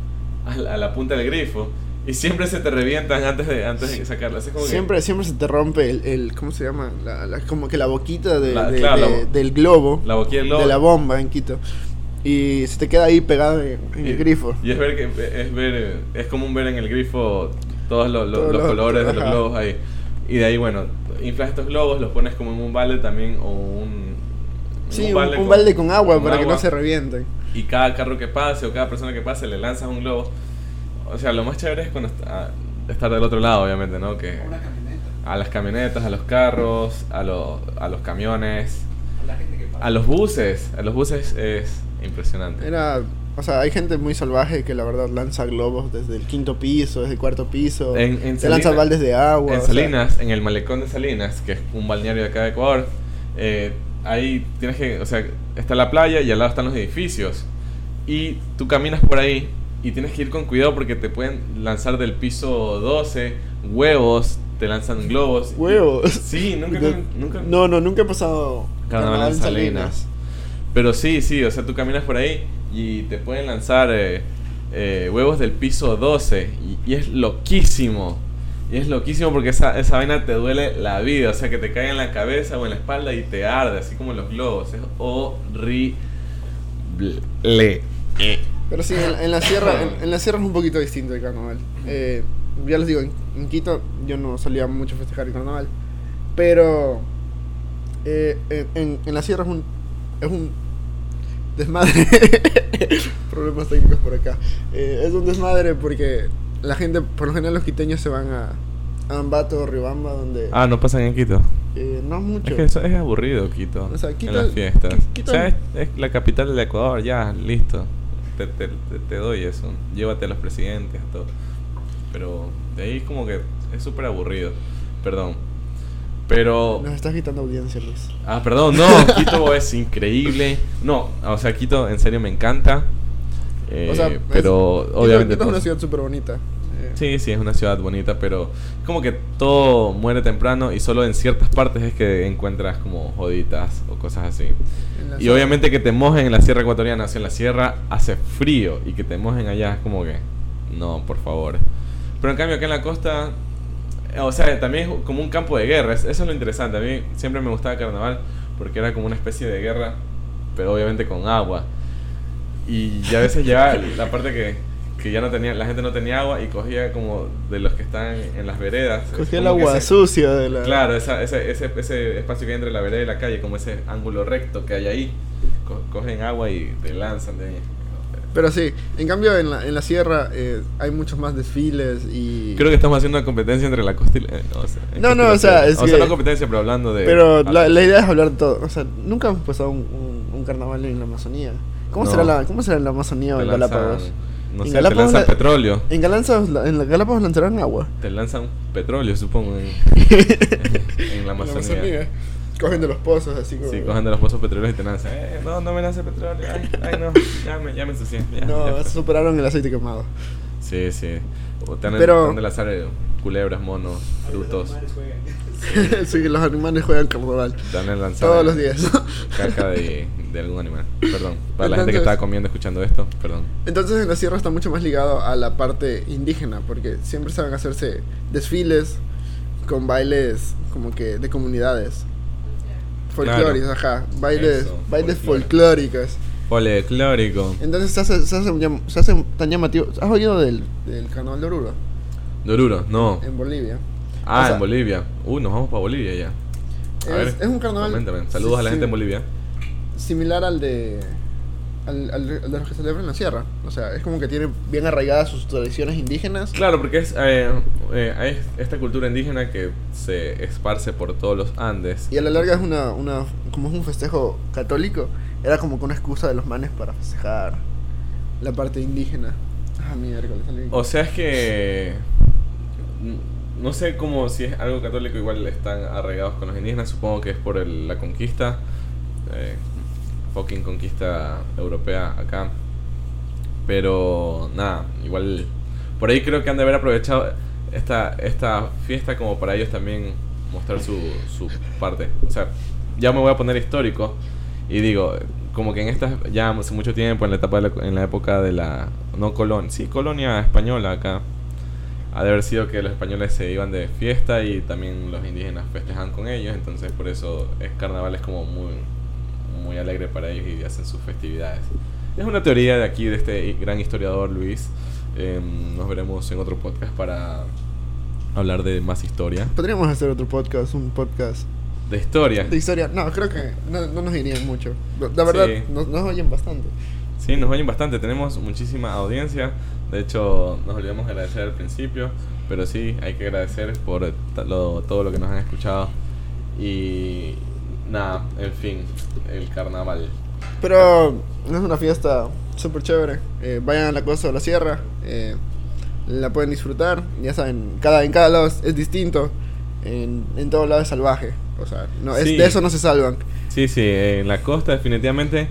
[SPEAKER 1] al- a la punta del grifo y siempre se te revientan antes de, antes de sacarlas. Es como que-
[SPEAKER 2] Siempre, siempre se te rompe el, el- ¿cómo se llama? La- la- como que la boquita de-
[SPEAKER 1] La-
[SPEAKER 2] de-
[SPEAKER 1] claro, la
[SPEAKER 2] de-
[SPEAKER 1] bo-
[SPEAKER 2] del globo,
[SPEAKER 1] la boquilla del globo.
[SPEAKER 2] de la bomba en Quito. Y se te queda ahí pegado en, en
[SPEAKER 1] y-
[SPEAKER 2] el grifo.
[SPEAKER 1] Y es ver que es ver eh, es común ver en el grifo todos los, los-
[SPEAKER 2] Todos
[SPEAKER 1] los
[SPEAKER 2] los-
[SPEAKER 1] colores de los
[SPEAKER 2] ajá.
[SPEAKER 1] globos ahí. Y de ahí bueno, inflas estos globos, los pones como en un balde también o un
[SPEAKER 2] Sí, un, un balde con agua para que no se
[SPEAKER 1] revienta
[SPEAKER 2] revienten.
[SPEAKER 1] y cada carro que pase o cada persona que pase le lanzas un globo. O sea, lo más chévere es cuando está- estar del otro lado, obviamente, ¿no? Que
[SPEAKER 3] Una camioneta.
[SPEAKER 1] a las camionetas, a los carros, a los, a los camiones,
[SPEAKER 3] A la gente que pasa.
[SPEAKER 1] a los buses. A los buses es impresionante.
[SPEAKER 2] Era, o sea, hay gente muy salvaje que la verdad lanza globos desde el quinto piso, desde el cuarto piso.
[SPEAKER 1] En- en
[SPEAKER 2] te lanza
[SPEAKER 1] Salinas-
[SPEAKER 2] baldes de agua.
[SPEAKER 1] en
[SPEAKER 2] o sea,
[SPEAKER 1] Salinas, en el malecón de Salinas, que es un balneario de acá de Ecuador, eh, ahí tienes que, o sea, está la playa y al lado están los edificios. Y tú caminas por ahí y tienes que ir con cuidado porque te pueden lanzar del piso 12 huevos, te lanzan globos. y-
[SPEAKER 2] Huevos.
[SPEAKER 1] sí, nunca,
[SPEAKER 2] No,
[SPEAKER 1] nunca.
[SPEAKER 2] No, no, nunca he pasado
[SPEAKER 1] Carnaval en Salinas. Pero sí, sí, o sea, tú caminas por ahí y te pueden lanzar eh, eh, huevos del piso 12 y, y es loquísimo. Y es loquísimo porque esa, esa vaina te duele la vida, o sea, que te cae en la cabeza o en la espalda y te arde, así como los globos. Es horrible.
[SPEAKER 2] Pero sí, en, en la sierra, en, en la sierra es un poquito distinto el carnaval. Eh, ya les digo, en, en Quito yo no solía mucho festejar el carnaval. Pero eh, en, en- en la sierra es un, es un desmadre. Problemas técnicos por acá. Eh, es un desmadre porque la gente, por lo general los quiteños se van a, a Ambato o Riobamba, donde
[SPEAKER 1] Ah, no pasan en Quito.
[SPEAKER 2] eh, no mucho.
[SPEAKER 1] Es que eso es aburrido, Quito.
[SPEAKER 2] O sea, Quito-
[SPEAKER 1] en las fiestas.
[SPEAKER 2] Qui- Quito-
[SPEAKER 1] O sea, es, es la capital del Ecuador, ya, listo. Te, te- te- te doy eso. Llévate a los presidentes, a todo. Pero de ahí es como que es súper aburrido. Perdón. Pero.
[SPEAKER 2] Nos estás quitando audiencia, Luis.
[SPEAKER 1] Ah, perdón, no, Quito es increíble. No, o sea, Quito en serio me encanta. Eh,
[SPEAKER 2] es-
[SPEAKER 1] pero
[SPEAKER 2] Quito-
[SPEAKER 1] obviamente.
[SPEAKER 2] Quito es una
[SPEAKER 1] todos-
[SPEAKER 2] ciudad eh, súper bonita.
[SPEAKER 1] Sí, sí, es una ciudad bonita, pero es como que todo muere temprano y solo en ciertas partes es que encuentras como joditas o cosas así. Y obviamente que te mojen en la sierra ecuatoriana, o sea, en la sierra hace frío y que te mojen allá es como que, no, por favor. Pero en cambio acá en la costa, eh, o sea, también es como un campo de guerra, es- eso es lo interesante. A mí siempre me gustaba carnaval porque era como una especie de guerra, pero obviamente con agua. Y ya a veces llegaba la parte que, que ya no tenía, la gente no tenía agua y cogía como de los que están en las veredas. es
[SPEAKER 2] Cogí el
[SPEAKER 1] como que
[SPEAKER 2] agua
[SPEAKER 1] se-
[SPEAKER 2] sucia de la.
[SPEAKER 1] Claro, esa- ese, ese, ese espacio que hay entre la vereda y la calle, como ese ángulo recto que hay ahí, co- cogen agua y te lanzan de ahí.
[SPEAKER 2] Pero sí, en cambio en la, en la sierra eh, hay muchos más desfiles y...
[SPEAKER 1] Creo que estamos haciendo una competencia entre la costa y la- eh, o sea,
[SPEAKER 2] No,
[SPEAKER 1] costa y
[SPEAKER 2] no,
[SPEAKER 1] la
[SPEAKER 2] o sea,
[SPEAKER 1] sierra.
[SPEAKER 2] es
[SPEAKER 1] O sea,
[SPEAKER 2] que-
[SPEAKER 1] no competencia, pero hablando de...
[SPEAKER 2] Pero la, la idea es hablar de todo. O sea, nunca hemos pasado un, un- un carnaval en la Amazonía. ¿Cómo,
[SPEAKER 1] No.
[SPEAKER 2] será la, ¿Cómo será en la Amazonía o
[SPEAKER 1] Te
[SPEAKER 2] en
[SPEAKER 1] lanzan-
[SPEAKER 2] Galápagos?
[SPEAKER 1] No
[SPEAKER 2] En
[SPEAKER 1] sé, te
[SPEAKER 2] Galápagos
[SPEAKER 1] lanzan
[SPEAKER 2] la-
[SPEAKER 1] petróleo.
[SPEAKER 2] En Galápagos, la- en la Galápagos lanzarán agua.
[SPEAKER 1] Te lanzan petróleo, supongo, en, en la Amazonía.
[SPEAKER 2] Cogen de los pozos, así como...
[SPEAKER 1] Sí, cogen de los pozos petroleros y te lanzan. Eh, no, no me lance petróleo. Ay, ay, no. Ya me, ya me ensucié. ya, ya
[SPEAKER 2] No,
[SPEAKER 1] fue".
[SPEAKER 2] superaron el aceite quemado.
[SPEAKER 1] Sí, sí. O te han,
[SPEAKER 2] Pero-
[SPEAKER 1] te han de lanzar eh, culebras, monos, frutos.
[SPEAKER 2] sí, los animales juegan carnaval.
[SPEAKER 1] También lanzar eh,
[SPEAKER 2] Todos los días.
[SPEAKER 1] Caca de, de algún animal. Perdón. Para la gente que
[SPEAKER 2] Entonces-
[SPEAKER 1] estaba comiendo escuchando esto, perdón.
[SPEAKER 2] Entonces en la sierra está mucho más ligado a la parte indígena, porque siempre saben hacerse desfiles con bailes como que de comunidades. Folclóricos, ajá. Bailes,
[SPEAKER 1] Eso,
[SPEAKER 2] bailes
[SPEAKER 1] folclóricos.
[SPEAKER 2] folclóricos.
[SPEAKER 1] Folclórico.
[SPEAKER 2] Entonces se hace, se hace llam- se hace tan llamativo. ¿Has oído del, del carnaval de Oruro?
[SPEAKER 1] Doruro, no.
[SPEAKER 2] En Bolivia.
[SPEAKER 1] Ah,
[SPEAKER 2] Em, o sea-
[SPEAKER 1] en Bolivia. Uh, nos vamos para Bolivia ya.
[SPEAKER 2] Es,
[SPEAKER 1] A ver,
[SPEAKER 2] es un carnaval.
[SPEAKER 1] Coméntame. Saludos
[SPEAKER 2] sí,
[SPEAKER 1] a la gente
[SPEAKER 2] sí,
[SPEAKER 1] en Bolivia.
[SPEAKER 2] Similar al de. Al, al- al de los que celebran en la sierra. O sea, es como que tiene bien arraigadas sus tradiciones indígenas.
[SPEAKER 1] Claro, porque es, eh, eh, hay esta cultura indígena que se esparce por todos los Andes.
[SPEAKER 2] Y a la larga es una, una como es un festejo católico, era como que una excusa de los manes para festejar la parte indígena. Ah, miércoles. alguien-
[SPEAKER 1] O sea, es que. n- No sé cómo si es algo católico, igual están arraigados con los indígenas. Supongo que es por el- la conquista. eh, fucking conquista europea acá. Pero nada, igual. Por ahí creo que han de haber aprovechado esta, esta fiesta como para ellos también mostrar su, su parte. O sea, ya me voy a poner histórico y digo, como que en estas, ya hace mucho tiempo, en la etapa, de la- en la época de la, no colonia, sí, colonia española acá, ha de haber sido que los españoles se iban de fiesta y también los indígenas festejan con ellos, entonces por eso es carnaval es como muy, muy alegre para ellos y hacen sus festividades. Es una teoría de aquí, de este gran historiador Luis. Em, nos veremos en otro podcast para hablar de más historia.
[SPEAKER 2] Podríamos hacer otro podcast, un podcast
[SPEAKER 1] De historia.
[SPEAKER 2] de historia. No, creo que no, no nos irían mucho. No, La verdad,
[SPEAKER 1] Sí.
[SPEAKER 2] nos, nos oyen bastante.
[SPEAKER 1] Sí, nos oyen bastante, tenemos muchísima audiencia. De hecho, nos olvidamos de agradecer al principio, pero sí, hay que agradecer por ta- lo- todo lo que nos han escuchado. Y nada, en fin, el carnaval.
[SPEAKER 2] Pero es una fiesta súper chévere. Eh, vayan a la Costa de la Sierra, eh, la pueden disfrutar. Ya saben, cada, en cada lado es, es distinto. En, en todo lado es salvaje. O sea, no, es-
[SPEAKER 1] Sí.
[SPEAKER 2] de eso no se salvan.
[SPEAKER 1] Sí, sí, en la costa definitivamente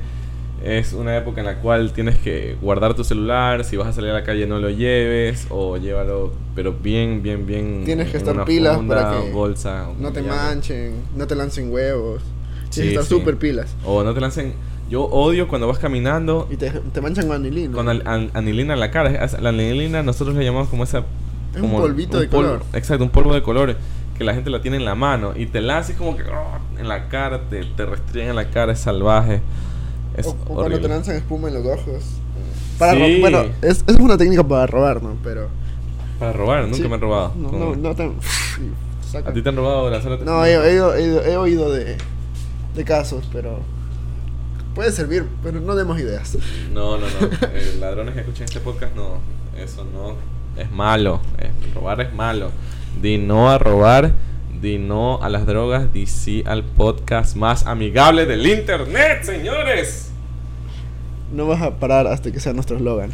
[SPEAKER 1] es una época en la cual tienes que guardar tu celular, si vas a salir a la calle no lo lleves o llévalo, pero bien, bien, bien.
[SPEAKER 2] Tienes que
[SPEAKER 1] en
[SPEAKER 2] estar
[SPEAKER 1] una
[SPEAKER 2] pilas
[SPEAKER 1] funda,
[SPEAKER 2] para que
[SPEAKER 1] bolsa. o
[SPEAKER 2] no te
[SPEAKER 1] como llamen.
[SPEAKER 2] manchen, no te lancen huevos. Tienes
[SPEAKER 1] Sí,
[SPEAKER 2] que estar
[SPEAKER 1] sí.
[SPEAKER 2] súper pilas.
[SPEAKER 1] O no te lancen... Yo odio cuando vas caminando
[SPEAKER 2] Y te, te manchan con anilina.
[SPEAKER 1] con al- ah, an- anilina en la cara. Es- es- La anilina nosotros le llamamos como esa...
[SPEAKER 2] Es un
[SPEAKER 1] como
[SPEAKER 2] polvito de color.
[SPEAKER 1] Exacto, un polvo de color que la gente la tiene en la mano y te la hace como que ¡ah! en la cara, te, te restriegan en la cara, es salvaje. Es
[SPEAKER 2] o, o cuando
[SPEAKER 1] horrible.
[SPEAKER 2] te lanzan espuma en los ojos. Para
[SPEAKER 1] Sí.
[SPEAKER 2] ro- Bueno, es, es una técnica para robar, ¿no? Pero.
[SPEAKER 1] Para robar, nunca
[SPEAKER 2] sí.
[SPEAKER 1] me han robado.
[SPEAKER 2] No,
[SPEAKER 1] Con-
[SPEAKER 2] no, no te.
[SPEAKER 1] ¿A
[SPEAKER 2] sacan.
[SPEAKER 1] ti te han robado la zona?
[SPEAKER 2] No, he, he oído- he oído- he oído de, de casos, pero. Puede servir, pero no demos ideas.
[SPEAKER 1] No, no, no. Eh, ladrones que escuchan este podcast, no. Eso no. Es malo. Es- robar es malo. Di no a robar. Di no a las drogas. Di sí al podcast más amigable del internet, señores.
[SPEAKER 2] No vas a parar hasta que sea nuestro eslogan.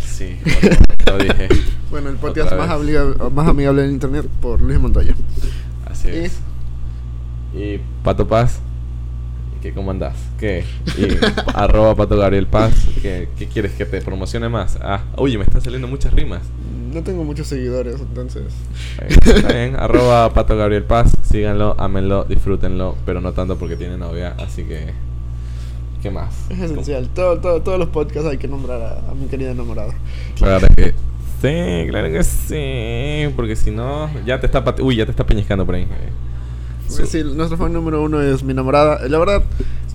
[SPEAKER 1] Sí, lo dije.
[SPEAKER 2] Bueno, el podcast
[SPEAKER 1] Otra
[SPEAKER 2] más,
[SPEAKER 1] vez.
[SPEAKER 2] abliga- más amigable del internet por Luis Montoya.
[SPEAKER 1] Así es. Y Pato Paz, ¿qué comandás? ¿Qué? Y arroba Pato Gabriel Paz, ¿qué, ¿qué quieres que te promocione más? Ah, oye, me están saliendo muchas rimas.
[SPEAKER 2] No tengo muchos seguidores, entonces.
[SPEAKER 1] Eh, Está bien, arroba Pato Gabriel Paz, síganlo, ámenlo, disfrútenlo, pero no tanto porque tiene novia, así que... ¿Qué más?
[SPEAKER 2] Es esencial. Todo, todo- todos los podcasts hay que nombrar a, a mi querida enamorada.
[SPEAKER 1] Claro que sí, claro que sí, porque si no, ya te está... pat- Uy, ya te está peñiscando por ahí. Eh, su-
[SPEAKER 2] Sí, nuestro fan número uno es mi enamorada. La verdad,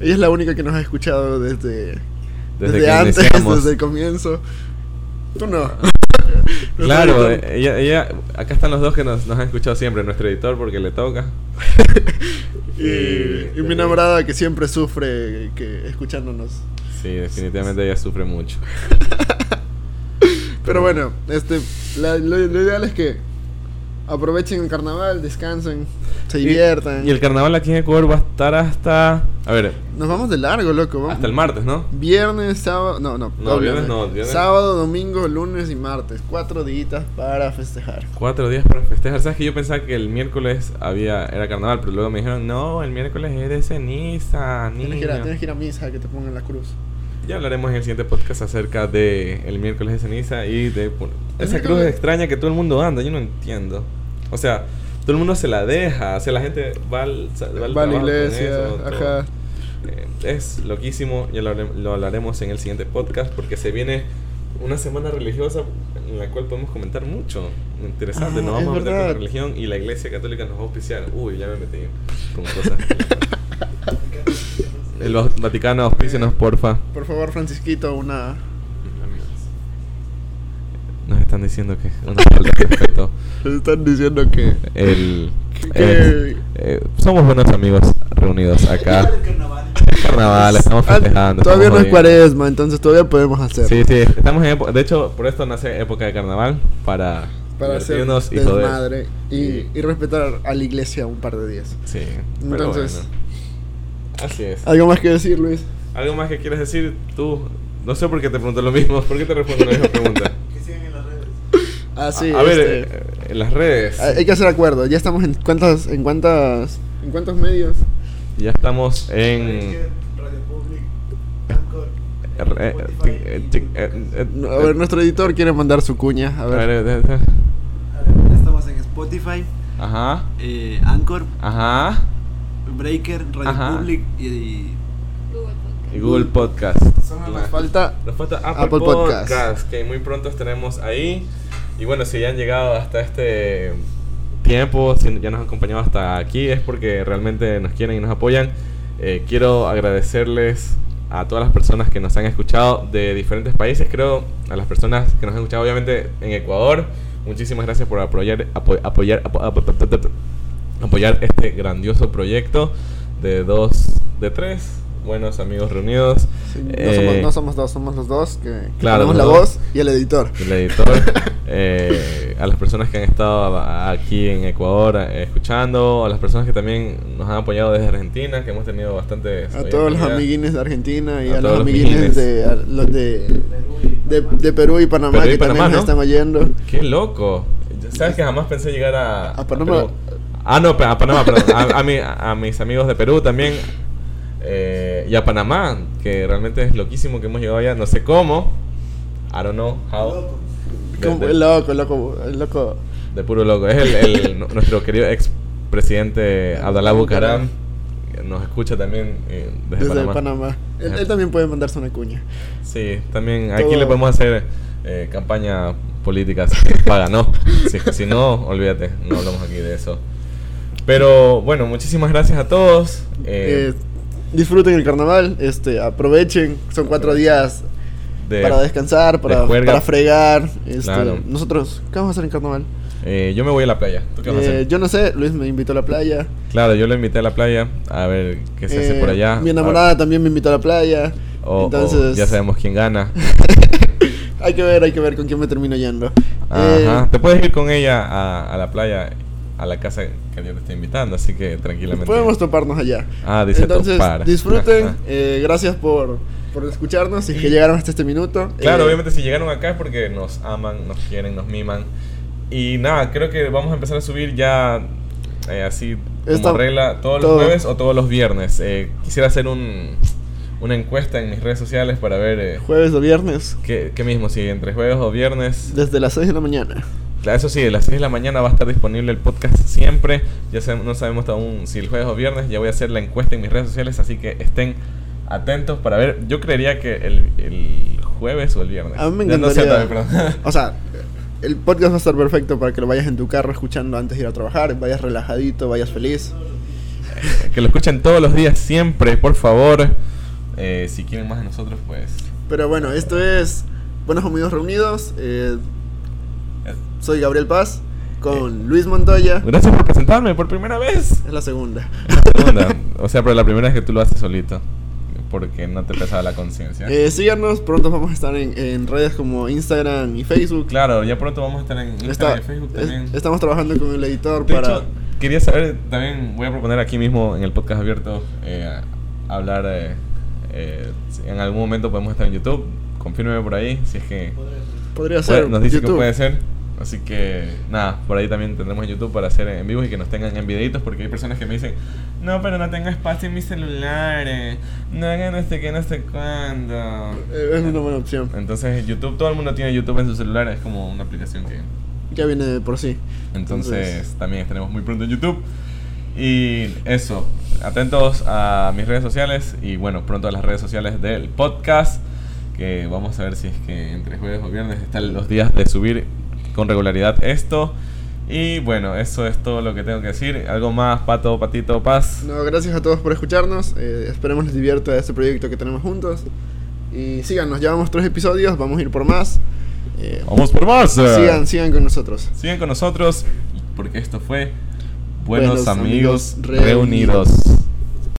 [SPEAKER 2] ella es la única que nos ha escuchado desde, desde,
[SPEAKER 1] que
[SPEAKER 2] antes,
[SPEAKER 1] iniciamos.
[SPEAKER 2] desde el comienzo. Tú no.
[SPEAKER 1] Claro,
[SPEAKER 2] Nuestro
[SPEAKER 1] eh, ella, ella, acá están los dos que nos, nos han escuchado siempre, nuestro editor porque le toca.
[SPEAKER 2] Y, y mi enamorada que siempre sufre que, escuchándonos.
[SPEAKER 1] Sí, definitivamente ella sufre mucho.
[SPEAKER 2] Pero bueno, este la- lo, lo ideal es que aprovechen el carnaval, descansen, se
[SPEAKER 1] Y-
[SPEAKER 2] diviertan.
[SPEAKER 1] Y, el carnaval aquí en Ecuador va a estar hasta... A ver,
[SPEAKER 2] Nos vamos de largo, loco. vamos-
[SPEAKER 1] hasta el martes, ¿no?
[SPEAKER 2] Viernes, sábado, no, no,
[SPEAKER 1] No,
[SPEAKER 2] doble,
[SPEAKER 1] viernes no, viernes-
[SPEAKER 2] Sábado, domingo, lunes y martes. Cuatro días para festejar.
[SPEAKER 1] Cuatro días para festejar. ¿Sabes que yo pensaba que el miércoles había era carnaval? Pero luego me dijeron, no, el miércoles es de ceniza,
[SPEAKER 2] Tienes que, ir a,
[SPEAKER 1] niño".
[SPEAKER 2] tienes que ir a misa que te pongan la cruz.
[SPEAKER 1] Ya hablaremos en el siguiente podcast acerca de el miércoles de ceniza y de pon- esa
[SPEAKER 2] Yo
[SPEAKER 1] cruz
[SPEAKER 2] creo que-
[SPEAKER 1] extraña que todo el mundo anda, yo no entiendo. O sea, todo el mundo se la deja, o sea, la gente va, al, sa- va, al
[SPEAKER 2] Va a la
[SPEAKER 1] trabajo con
[SPEAKER 2] iglesia,
[SPEAKER 1] eso, todo.
[SPEAKER 2] ajá.
[SPEAKER 1] Eh, es loquísimo, ya lo, hablem- lo hablaremos en el siguiente podcast porque se viene una semana religiosa en la cual podemos comentar mucho. Interesante,
[SPEAKER 2] Ah,
[SPEAKER 1] nos
[SPEAKER 2] es
[SPEAKER 1] vamos a meter con la
[SPEAKER 2] verdad.
[SPEAKER 1] religión y la iglesia católica nos va a auspiciar. Uy, ya me metí con cosas. el Va- Vaticano, auspícianos, porfa.
[SPEAKER 2] Por favor, Francisquito, una.
[SPEAKER 1] Nos están diciendo que una falta de respeto.
[SPEAKER 2] Están diciendo que.
[SPEAKER 1] El,
[SPEAKER 2] ¿Qué?
[SPEAKER 1] el- eh, somos buenos amigos reunidos acá.
[SPEAKER 3] Carnaval.
[SPEAKER 1] Es carnaval, estamos
[SPEAKER 2] Ah,
[SPEAKER 1] festejando.
[SPEAKER 2] Todavía no
[SPEAKER 1] estamos jodiendo.
[SPEAKER 2] es cuaresma, entonces todavía podemos hacer.
[SPEAKER 1] Sí, sí, estamos en época. De hecho, por esto nace época de carnaval para,
[SPEAKER 2] Para hacer
[SPEAKER 1] divertirnos y joder.
[SPEAKER 2] desmadre y, y respetar a la iglesia un par de días.
[SPEAKER 1] Sí, pero
[SPEAKER 2] Entonces-
[SPEAKER 1] bueno. Así es.
[SPEAKER 2] ¿Algo más que decir, Luis?
[SPEAKER 1] ¿Algo más que quieres decir tú? No sé por qué te pregunto lo mismo. ¿Por qué te respondo la misma pregunta?
[SPEAKER 3] Que sigan en las redes.
[SPEAKER 2] Ah, sí.
[SPEAKER 1] a a ver,
[SPEAKER 2] este,
[SPEAKER 1] eh, en las redes.
[SPEAKER 2] hay hay que hacer acuerdo. Ya estamos en cuántas. ¿En cuántas. ¿En cuántos medios?
[SPEAKER 1] Ya estamos
[SPEAKER 3] Radio
[SPEAKER 1] en.
[SPEAKER 3] Public, Anchor,
[SPEAKER 1] eh,
[SPEAKER 3] Spotify
[SPEAKER 1] eh, eh,
[SPEAKER 3] y
[SPEAKER 1] tic- eh,
[SPEAKER 3] Google Podcast.
[SPEAKER 1] eh,
[SPEAKER 2] No, A ver, nuestro editor quiere mandar su cuña. A
[SPEAKER 1] A
[SPEAKER 2] ver.
[SPEAKER 1] ver, eh, eh, eh.
[SPEAKER 3] A ver, ya estamos en Spotify,
[SPEAKER 1] Ajá.
[SPEAKER 3] eh, Anchor,
[SPEAKER 1] Ajá.
[SPEAKER 3] Breaker, Radio
[SPEAKER 1] Ajá.
[SPEAKER 3] Public y, y
[SPEAKER 5] Google Podcast.
[SPEAKER 1] Y Google Podcast. eh,
[SPEAKER 2] Nos falta.
[SPEAKER 1] Nos falta Apple,
[SPEAKER 2] Apple
[SPEAKER 1] Podcast,
[SPEAKER 2] Podcast.
[SPEAKER 1] que muy pronto estaremos ahí. Y bueno, si ya han llegado hasta este tiempo, si ya nos han acompañado hasta aquí, es porque realmente nos quieren y nos apoyan. Eh, quiero agradecerles a todas las personas que nos han escuchado de diferentes países, creo, a las personas que nos han escuchado obviamente en Ecuador. Muchísimas gracias por apoyar, apo- apoyar, apo- apo- apo- apo- apoyar este grandioso proyecto de dos, de tres buenos amigos reunidos.
[SPEAKER 2] Sí, no,
[SPEAKER 1] Eh,
[SPEAKER 2] somos, no somos dos, somos los dos que que
[SPEAKER 1] Claro,
[SPEAKER 2] tenemos
[SPEAKER 1] los
[SPEAKER 2] la
[SPEAKER 1] dos.
[SPEAKER 2] voz y el editor.
[SPEAKER 1] el editor, eh, a las personas que han estado a- aquí en Ecuador eh, escuchando, a las personas que también nos han apoyado desde Argentina, que hemos tenido bastante...
[SPEAKER 2] A todos los amiguines de Argentina y
[SPEAKER 1] A
[SPEAKER 2] a,
[SPEAKER 1] todos
[SPEAKER 2] los
[SPEAKER 1] los
[SPEAKER 2] amiguines
[SPEAKER 1] amiguines.
[SPEAKER 2] de, a los de,
[SPEAKER 3] Perú y
[SPEAKER 2] de,
[SPEAKER 3] Panamá.
[SPEAKER 2] de Perú y Panamá
[SPEAKER 1] Perú y
[SPEAKER 2] que
[SPEAKER 1] Panamá,
[SPEAKER 2] también nos
[SPEAKER 1] ¿no?
[SPEAKER 2] están oyendo.
[SPEAKER 1] ¡Qué loco! ¿Sabes que jamás pensé llegar a...
[SPEAKER 2] A Panamá.
[SPEAKER 1] Perú? ah, no, pa- a Panamá, perdón. A, a mi- a mis amigos de Perú también. eh, y a Panamá, que realmente es loquísimo que hemos llegado allá. No sé cómo. I don't know how.
[SPEAKER 3] Loco.
[SPEAKER 1] De-
[SPEAKER 2] Como
[SPEAKER 1] de-
[SPEAKER 2] el loco, el loco, el loco.
[SPEAKER 1] De puro loco. Es el, el- nu- nuestro querido expresidente Abdalá Bucaram. que Nos escucha también eh, desde,
[SPEAKER 2] Desde
[SPEAKER 1] Panamá.
[SPEAKER 2] Panamá. Él,
[SPEAKER 1] Ajá.
[SPEAKER 2] él también puede mandarse una cuña.
[SPEAKER 1] Sí, también aquí
[SPEAKER 2] Todo.
[SPEAKER 1] le podemos hacer eh, campaña política si paga, ¿no? Si, si no, olvídate, no hablamos aquí de eso. Pero bueno, muchísimas gracias a todos. eh,
[SPEAKER 2] Eh, disfruten el carnaval, este, aprovechen. Son cuatro días
[SPEAKER 1] de-
[SPEAKER 2] para descansar, para,
[SPEAKER 1] de juerga.
[SPEAKER 2] para fregar. este,
[SPEAKER 1] Claro.
[SPEAKER 2] Nosotros, ¿qué vamos a hacer en carnaval?
[SPEAKER 1] eh, yo me voy a la playa. ¿Tú qué vas a
[SPEAKER 2] Eh,
[SPEAKER 1] hacer?
[SPEAKER 2] yo no sé, Luis me invitó a la playa.
[SPEAKER 1] Claro, yo lo invité a la playa a ver qué se hace
[SPEAKER 2] Eh,
[SPEAKER 1] por allá.
[SPEAKER 2] Mi
[SPEAKER 1] a-
[SPEAKER 2] enamorada también me invitó a la playa.
[SPEAKER 1] o- o
[SPEAKER 2] entonces,
[SPEAKER 1] ya sabemos quién gana.
[SPEAKER 2] hay que ver, hay que ver con quién me termino yendo.
[SPEAKER 1] Ajá.
[SPEAKER 2] Eh,
[SPEAKER 1] Te puedes ir con ella a, a la playa, a la casa que yo te estoy invitando, así que tranquilamente.
[SPEAKER 2] podemos toparnos allá.
[SPEAKER 1] Ah, dice
[SPEAKER 2] Entonces,
[SPEAKER 1] topar.
[SPEAKER 2] disfruten.
[SPEAKER 1] Ajá.
[SPEAKER 2] eh, gracias por, por escucharnos y que llegaron hasta este minuto.
[SPEAKER 1] Claro,
[SPEAKER 2] Eh,
[SPEAKER 1] obviamente si llegaron acá es porque nos aman, nos quieren, nos miman. Y nada, creo que vamos a empezar a subir ya eh, así como
[SPEAKER 2] Esta-
[SPEAKER 1] regla todos
[SPEAKER 2] todo.
[SPEAKER 1] los jueves o todos los viernes. Eh, quisiera hacer un, una encuesta en mis redes sociales para ver eh,
[SPEAKER 2] Jueves o viernes,
[SPEAKER 1] qué, qué mismo, si entre jueves o viernes.
[SPEAKER 2] desde las 6 de la mañana.
[SPEAKER 1] Claro, Eso sí, de las 6 de la mañana va a estar disponible el podcast siempre. Ya sabemos- no sabemos aún si el jueves o viernes. Ya voy a hacer la encuesta en mis redes sociales, así que estén atentos para ver. Yo creería que el, el jueves o el viernes.
[SPEAKER 2] A mí me
[SPEAKER 1] Ya pues. no sé
[SPEAKER 2] encantaría.
[SPEAKER 1] también, perdón.
[SPEAKER 2] O sea, el podcast va a estar perfecto para que lo vayas en tu carro escuchando antes de ir a trabajar, vayas relajadito, vayas feliz.
[SPEAKER 1] que lo escuchen todos los días, siempre, por favor. Eh, si quieren más de nosotros, pues.
[SPEAKER 2] Pero bueno, esto es Buenos Amigos Reunidos. eh,
[SPEAKER 1] eh,
[SPEAKER 2] soy Gabriel Paz con Luis Montoya.
[SPEAKER 1] Gracias por presentarme por primera vez.
[SPEAKER 2] Es la segunda.
[SPEAKER 1] Segunda. O sea, pero la primera es que tú lo haces solito. Porque no te pesaba la conciencia.
[SPEAKER 2] Eh, síganos, pronto vamos a estar en, en redes como Instagram y Facebook.
[SPEAKER 1] Claro, ya pronto vamos a estar en Instagram
[SPEAKER 2] Está-
[SPEAKER 1] y Facebook
[SPEAKER 2] es-
[SPEAKER 1] también.
[SPEAKER 2] estamos trabajando con el editor
[SPEAKER 1] De
[SPEAKER 2] para.
[SPEAKER 1] hecho, quería saber, también voy a proponer aquí mismo en el podcast abierto eh, hablar. eh, eh, si en algún momento podemos estar en YouTube. Confírmeme por ahí si es que.
[SPEAKER 3] Podré decir.
[SPEAKER 2] podría ser.
[SPEAKER 1] nos dice que
[SPEAKER 2] YouTube.
[SPEAKER 1] puede ser. Así que nada, por ahí también tendremos en YouTube para hacer en vivos y que nos tengan en videitos porque hay personas que me dicen, no, pero no tengo espacio en mi celular, eh, no hagan no sé qué, no sé cuándo.
[SPEAKER 2] Eh, Es una buena opción.
[SPEAKER 1] Entonces YouTube, todo el mundo tiene YouTube en su celular, es como una aplicación que...
[SPEAKER 2] Ya viene de por sí.
[SPEAKER 1] Entonces también estaremos muy pronto en YouTube. Y eso, atentos a mis redes sociales y bueno, pronto a las redes sociales del podcast, que vamos a ver si es que entre jueves o viernes están los días de subir con regularidad esto. Y bueno, eso es todo lo que tengo que decir. ¿Algo más, Pato, Patito, Paz?
[SPEAKER 2] No, gracias a todos por escucharnos. eh, esperemos les divierta este proyecto que tenemos juntos. Y síganos, llevamos tres episodios, vamos a ir por más. Eh,
[SPEAKER 1] ¡Vamos por más! eh.
[SPEAKER 2] sigan, sigan con nosotros.
[SPEAKER 1] Sigan con nosotros, porque esto fue Buenos,
[SPEAKER 2] Buenos
[SPEAKER 1] amigos,
[SPEAKER 2] Amigos Reunidos.
[SPEAKER 1] reunidos.